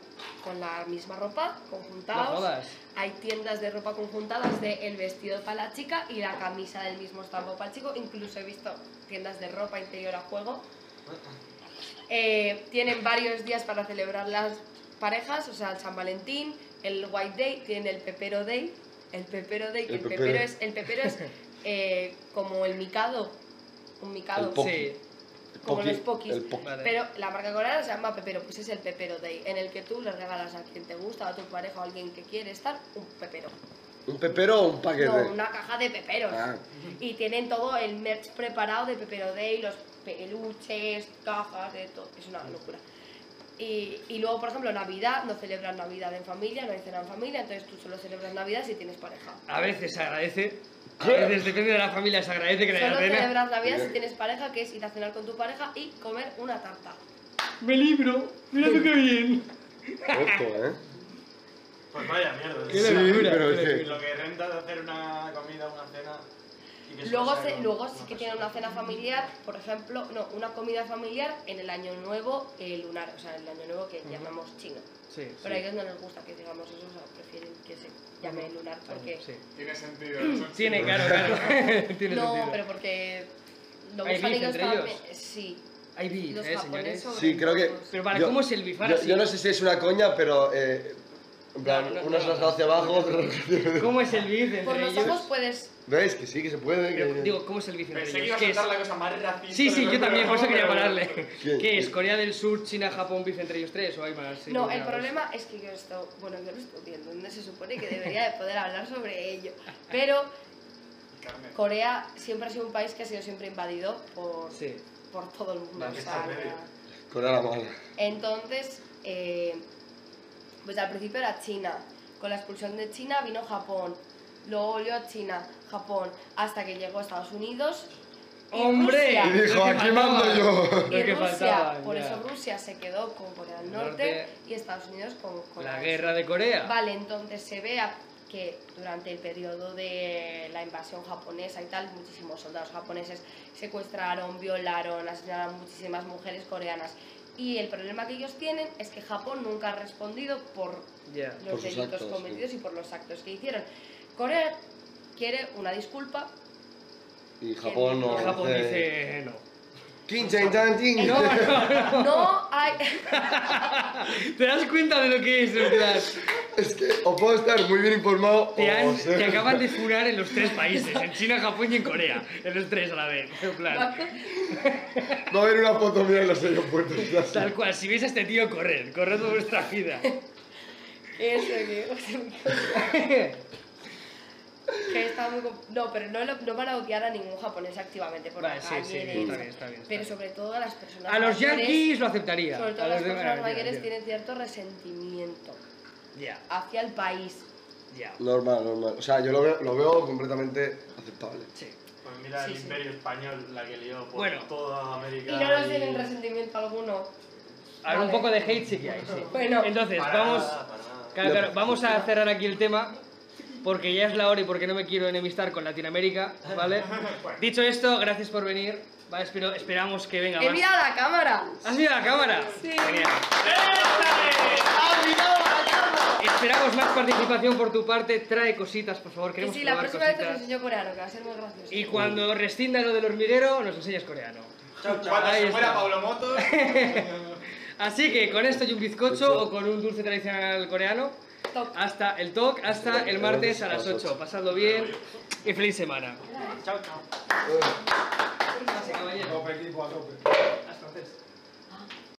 Speaker 7: con la misma ropa,
Speaker 2: No
Speaker 7: conjuntados.
Speaker 2: jodas.
Speaker 7: Hay tiendas de ropa conjuntadas de el vestido para la chica y la camisa del mismo estampo para el chico. Incluso he visto tiendas de ropa interior a juego. Eh, tienen varios días para celebrar las parejas, o sea, el San Valentín, el White Day, tienen el Pepero Day. El Pepero Day, que
Speaker 4: El
Speaker 7: el, pepero.
Speaker 4: pepero.
Speaker 7: es, el pepero es eh, como el micado, un micado,
Speaker 4: El poqui.
Speaker 2: Sí.
Speaker 7: como
Speaker 4: Poqui,
Speaker 7: los pokis.
Speaker 4: el poqui.
Speaker 2: Vale.
Speaker 7: Pero la marca coreana se llama Pepero, pues es el Pepero Day, en el que tú le regalas a quien te gusta, a tu pareja o a alguien que quiere estar, un pepero.
Speaker 4: ¿Un pepero o un paquete?
Speaker 7: No, una caja de peperos.
Speaker 4: Ah.
Speaker 7: Y tienen todo el merch preparado de Pepero Day, los peluches, cajas, de todo. Es una locura. Y, y luego, por ejemplo, Navidad, no celebran Navidad en familia, no hay cena en familia, entonces tú solo celebras Navidad si tienes pareja.
Speaker 2: A veces se agradece. A veces depende de la familia, se agradece que le
Speaker 7: Solo
Speaker 2: haya pena.
Speaker 7: celebras Navidad si tienes pareja, que es ir a cenar con tu pareja y comer una tarta.
Speaker 2: Me libro. Mira tú qué bien.
Speaker 4: Ojo, ¿eh?
Speaker 1: Pues vaya mierda.
Speaker 2: Qué
Speaker 4: Sí,
Speaker 2: locura,
Speaker 4: pero
Speaker 2: qué
Speaker 4: es que-
Speaker 2: locura.
Speaker 1: Lo que renta de hacer una comida, una cena. y que se
Speaker 7: Luego,
Speaker 1: pase
Speaker 7: se-
Speaker 1: con
Speaker 7: luego
Speaker 1: una
Speaker 7: sí que
Speaker 1: persona.
Speaker 7: tienen una cena familiar, por ejemplo, no, una comida familiar en el año nuevo eh, lunar, o sea, el año nuevo que llamamos chino.
Speaker 2: Sí.
Speaker 7: Pero a ellos no les gusta que digamos eso, o sea, prefieren que se llame lunar porque...
Speaker 2: Sí.
Speaker 5: Tiene sentido. son
Speaker 2: Tiene,
Speaker 5: chinos.
Speaker 2: claro, claro. Tiene
Speaker 7: no,
Speaker 2: sentido.
Speaker 7: pero porque lo
Speaker 2: ¿Hay
Speaker 7: usan
Speaker 2: beef
Speaker 7: ellos
Speaker 2: entre
Speaker 7: también.
Speaker 2: ellos?
Speaker 7: Sí,
Speaker 2: Hay beef,
Speaker 7: los
Speaker 2: eh,
Speaker 7: japoneses...
Speaker 2: señores.
Speaker 7: sobre
Speaker 4: Sí, creo que-
Speaker 7: todo.
Speaker 2: Pero vale,
Speaker 4: Yo-
Speaker 2: ¿cómo es el beef? Ahora
Speaker 4: Yo,
Speaker 2: sí.
Speaker 4: yo no sé si es una coña, pero. Eh, en plan,
Speaker 2: No, no, no,
Speaker 4: unas
Speaker 2: no.
Speaker 4: las hacia abajo.
Speaker 2: ¿Cómo es el beef entre
Speaker 7: Por los
Speaker 2: ellos?
Speaker 7: ojos puedes...
Speaker 4: ¿Veis? Que sí, que se puede.
Speaker 2: Pero,
Speaker 4: que-
Speaker 2: digo, ¿cómo es el beef entre
Speaker 5: Eh, Pensé que iba
Speaker 2: ellos?
Speaker 5: a
Speaker 2: ¿Qué es?
Speaker 5: soltar la cosa más racista.
Speaker 2: Sí, sí,
Speaker 5: del
Speaker 2: yo también, por eso quería
Speaker 5: mundo, pero-
Speaker 2: pararle.
Speaker 4: ¿Qué?
Speaker 2: ¿Qué es? ¿Corea del Sur, China, Japón, beef entre ellos tres o hay más? Sí,
Speaker 7: No,
Speaker 2: mira,
Speaker 7: el
Speaker 2: pues.
Speaker 7: problema es que yo esto, bueno, yo lo estudié, entonces se supone que debería de poder hablar sobre ello. Pero
Speaker 5: Carmen.
Speaker 7: Corea siempre ha sido un país que ha sido siempre invadido por,
Speaker 2: Sí.
Speaker 7: por todo el mundo.
Speaker 5: La
Speaker 7: o
Speaker 5: que
Speaker 7: sea,
Speaker 5: está en medio.
Speaker 4: Corea la mala.
Speaker 7: Entonces, eh, pues al principio era China. Con la expulsión de China vino Japón. Luego volvió a China, Japón, hasta que llegó a Estados Unidos. y
Speaker 2: ¡Hombre!
Speaker 7: Rusia.
Speaker 4: Y dijo,
Speaker 2: Lo que
Speaker 4: aquí
Speaker 2: faltaba".
Speaker 4: mando yo.
Speaker 2: Lo
Speaker 7: Y
Speaker 2: que
Speaker 7: Rusia,
Speaker 2: faltaba.
Speaker 7: por
Speaker 2: ya.
Speaker 7: eso Rusia se quedó con Corea del Norte,
Speaker 2: Norte.
Speaker 7: y Estados Unidos con Corea
Speaker 2: La
Speaker 7: del
Speaker 2: guerra de Corea.
Speaker 7: Sur. Vale, entonces se vea que durante el periodo de la invasión japonesa y tal, muchísimos soldados japoneses secuestraron, violaron, asesinaron a muchísimas mujeres coreanas. Y el problema que ellos tienen es que Japón nunca ha respondido por
Speaker 2: Ya.
Speaker 7: los
Speaker 4: Por sus
Speaker 7: delitos
Speaker 4: actos,
Speaker 7: cometidos y por los actos que hicieron. Corea quiere una disculpa.
Speaker 4: Y Japón
Speaker 5: Oh,
Speaker 4: no.
Speaker 2: Y Japón
Speaker 4: hace-
Speaker 2: dice no.
Speaker 4: King Chang Chang Ching.
Speaker 2: No, no.
Speaker 7: No hay.
Speaker 2: ¿Te das cuenta de lo que es? En plan,
Speaker 4: Es que o puedo estar muy bien informado
Speaker 5: Oh,
Speaker 2: Te, han-
Speaker 4: o ser-
Speaker 2: te acaban de furar en los tres países, en China, Japón y en Corea. En los tres a la vez. En plan,
Speaker 4: Va a haber una foto mía en los aeropuertos. ya sé.
Speaker 2: tal cual, si veis a este tío, corred, corred por vuestra vida.
Speaker 7: Eso que. que está muy com- No, pero no, lo- no van a odiar a ningún japonés activamente. Por
Speaker 2: Vale,
Speaker 7: la
Speaker 2: sí,
Speaker 7: calle,
Speaker 2: sí,
Speaker 7: de-
Speaker 2: está bien, está bien, está
Speaker 7: Pero
Speaker 2: bien.
Speaker 7: sobre todo a las personas.
Speaker 2: A los
Speaker 7: mayores-
Speaker 2: yankees lo aceptaría.
Speaker 7: Sobre todo
Speaker 2: a
Speaker 7: las
Speaker 2: los de-
Speaker 7: personas
Speaker 2: ah,
Speaker 7: mayores
Speaker 2: ya,
Speaker 7: tienen cierto resentimiento
Speaker 2: Ya,
Speaker 7: hacia el país.
Speaker 2: ya.
Speaker 4: Normal, normal. O sea, yo lo veo, lo veo completamente aceptable.
Speaker 2: Sí.
Speaker 5: Pues mira
Speaker 7: Sí,
Speaker 5: el
Speaker 7: sí.
Speaker 5: Imperio Español, la que lió por
Speaker 2: Bueno.
Speaker 5: toda América.
Speaker 7: Y no nos tienen resentimiento alguno.
Speaker 2: Algún
Speaker 7: Vale.
Speaker 2: poco de hate sí que hay, sí.
Speaker 7: Bueno.
Speaker 2: Entonces,
Speaker 5: Para
Speaker 2: vamos,
Speaker 5: nada, para nada.
Speaker 2: claro, claro, vamos a cerrar aquí el tema, porque ya es la hora y porque no me quiero enemistar con Latinoamérica, ¿vale? Dicho esto, gracias por venir. Vale, espero- esperamos que venga
Speaker 7: ¡He
Speaker 2: más.
Speaker 7: mirado a la cámara!
Speaker 2: ¿Has mirado la cámara?
Speaker 7: Sí.
Speaker 2: Genial.
Speaker 7: ¡Has mirado a la cámara!
Speaker 2: Esperamos más participación por tu parte. Trae cositas, por favor.
Speaker 7: Y
Speaker 2: Queremos
Speaker 7: sí, la
Speaker 2: probar
Speaker 7: próxima vez os
Speaker 2: cositas.
Speaker 7: enseño coreano, que va a ser muy gracioso.
Speaker 2: Y cuando rescinda lo del hormiguero, nos enseñas coreano.
Speaker 5: Cuando
Speaker 2: Ahí
Speaker 5: se
Speaker 2: está.
Speaker 5: muera Pablo Motos.
Speaker 2: Así que con esto y un bizcocho o con un dulce tradicional coreano,
Speaker 7: Top.
Speaker 2: hasta el TOC, hasta el martes a las 8. Pasadlo bien y feliz semana. Chao, chao. Hasta entonces.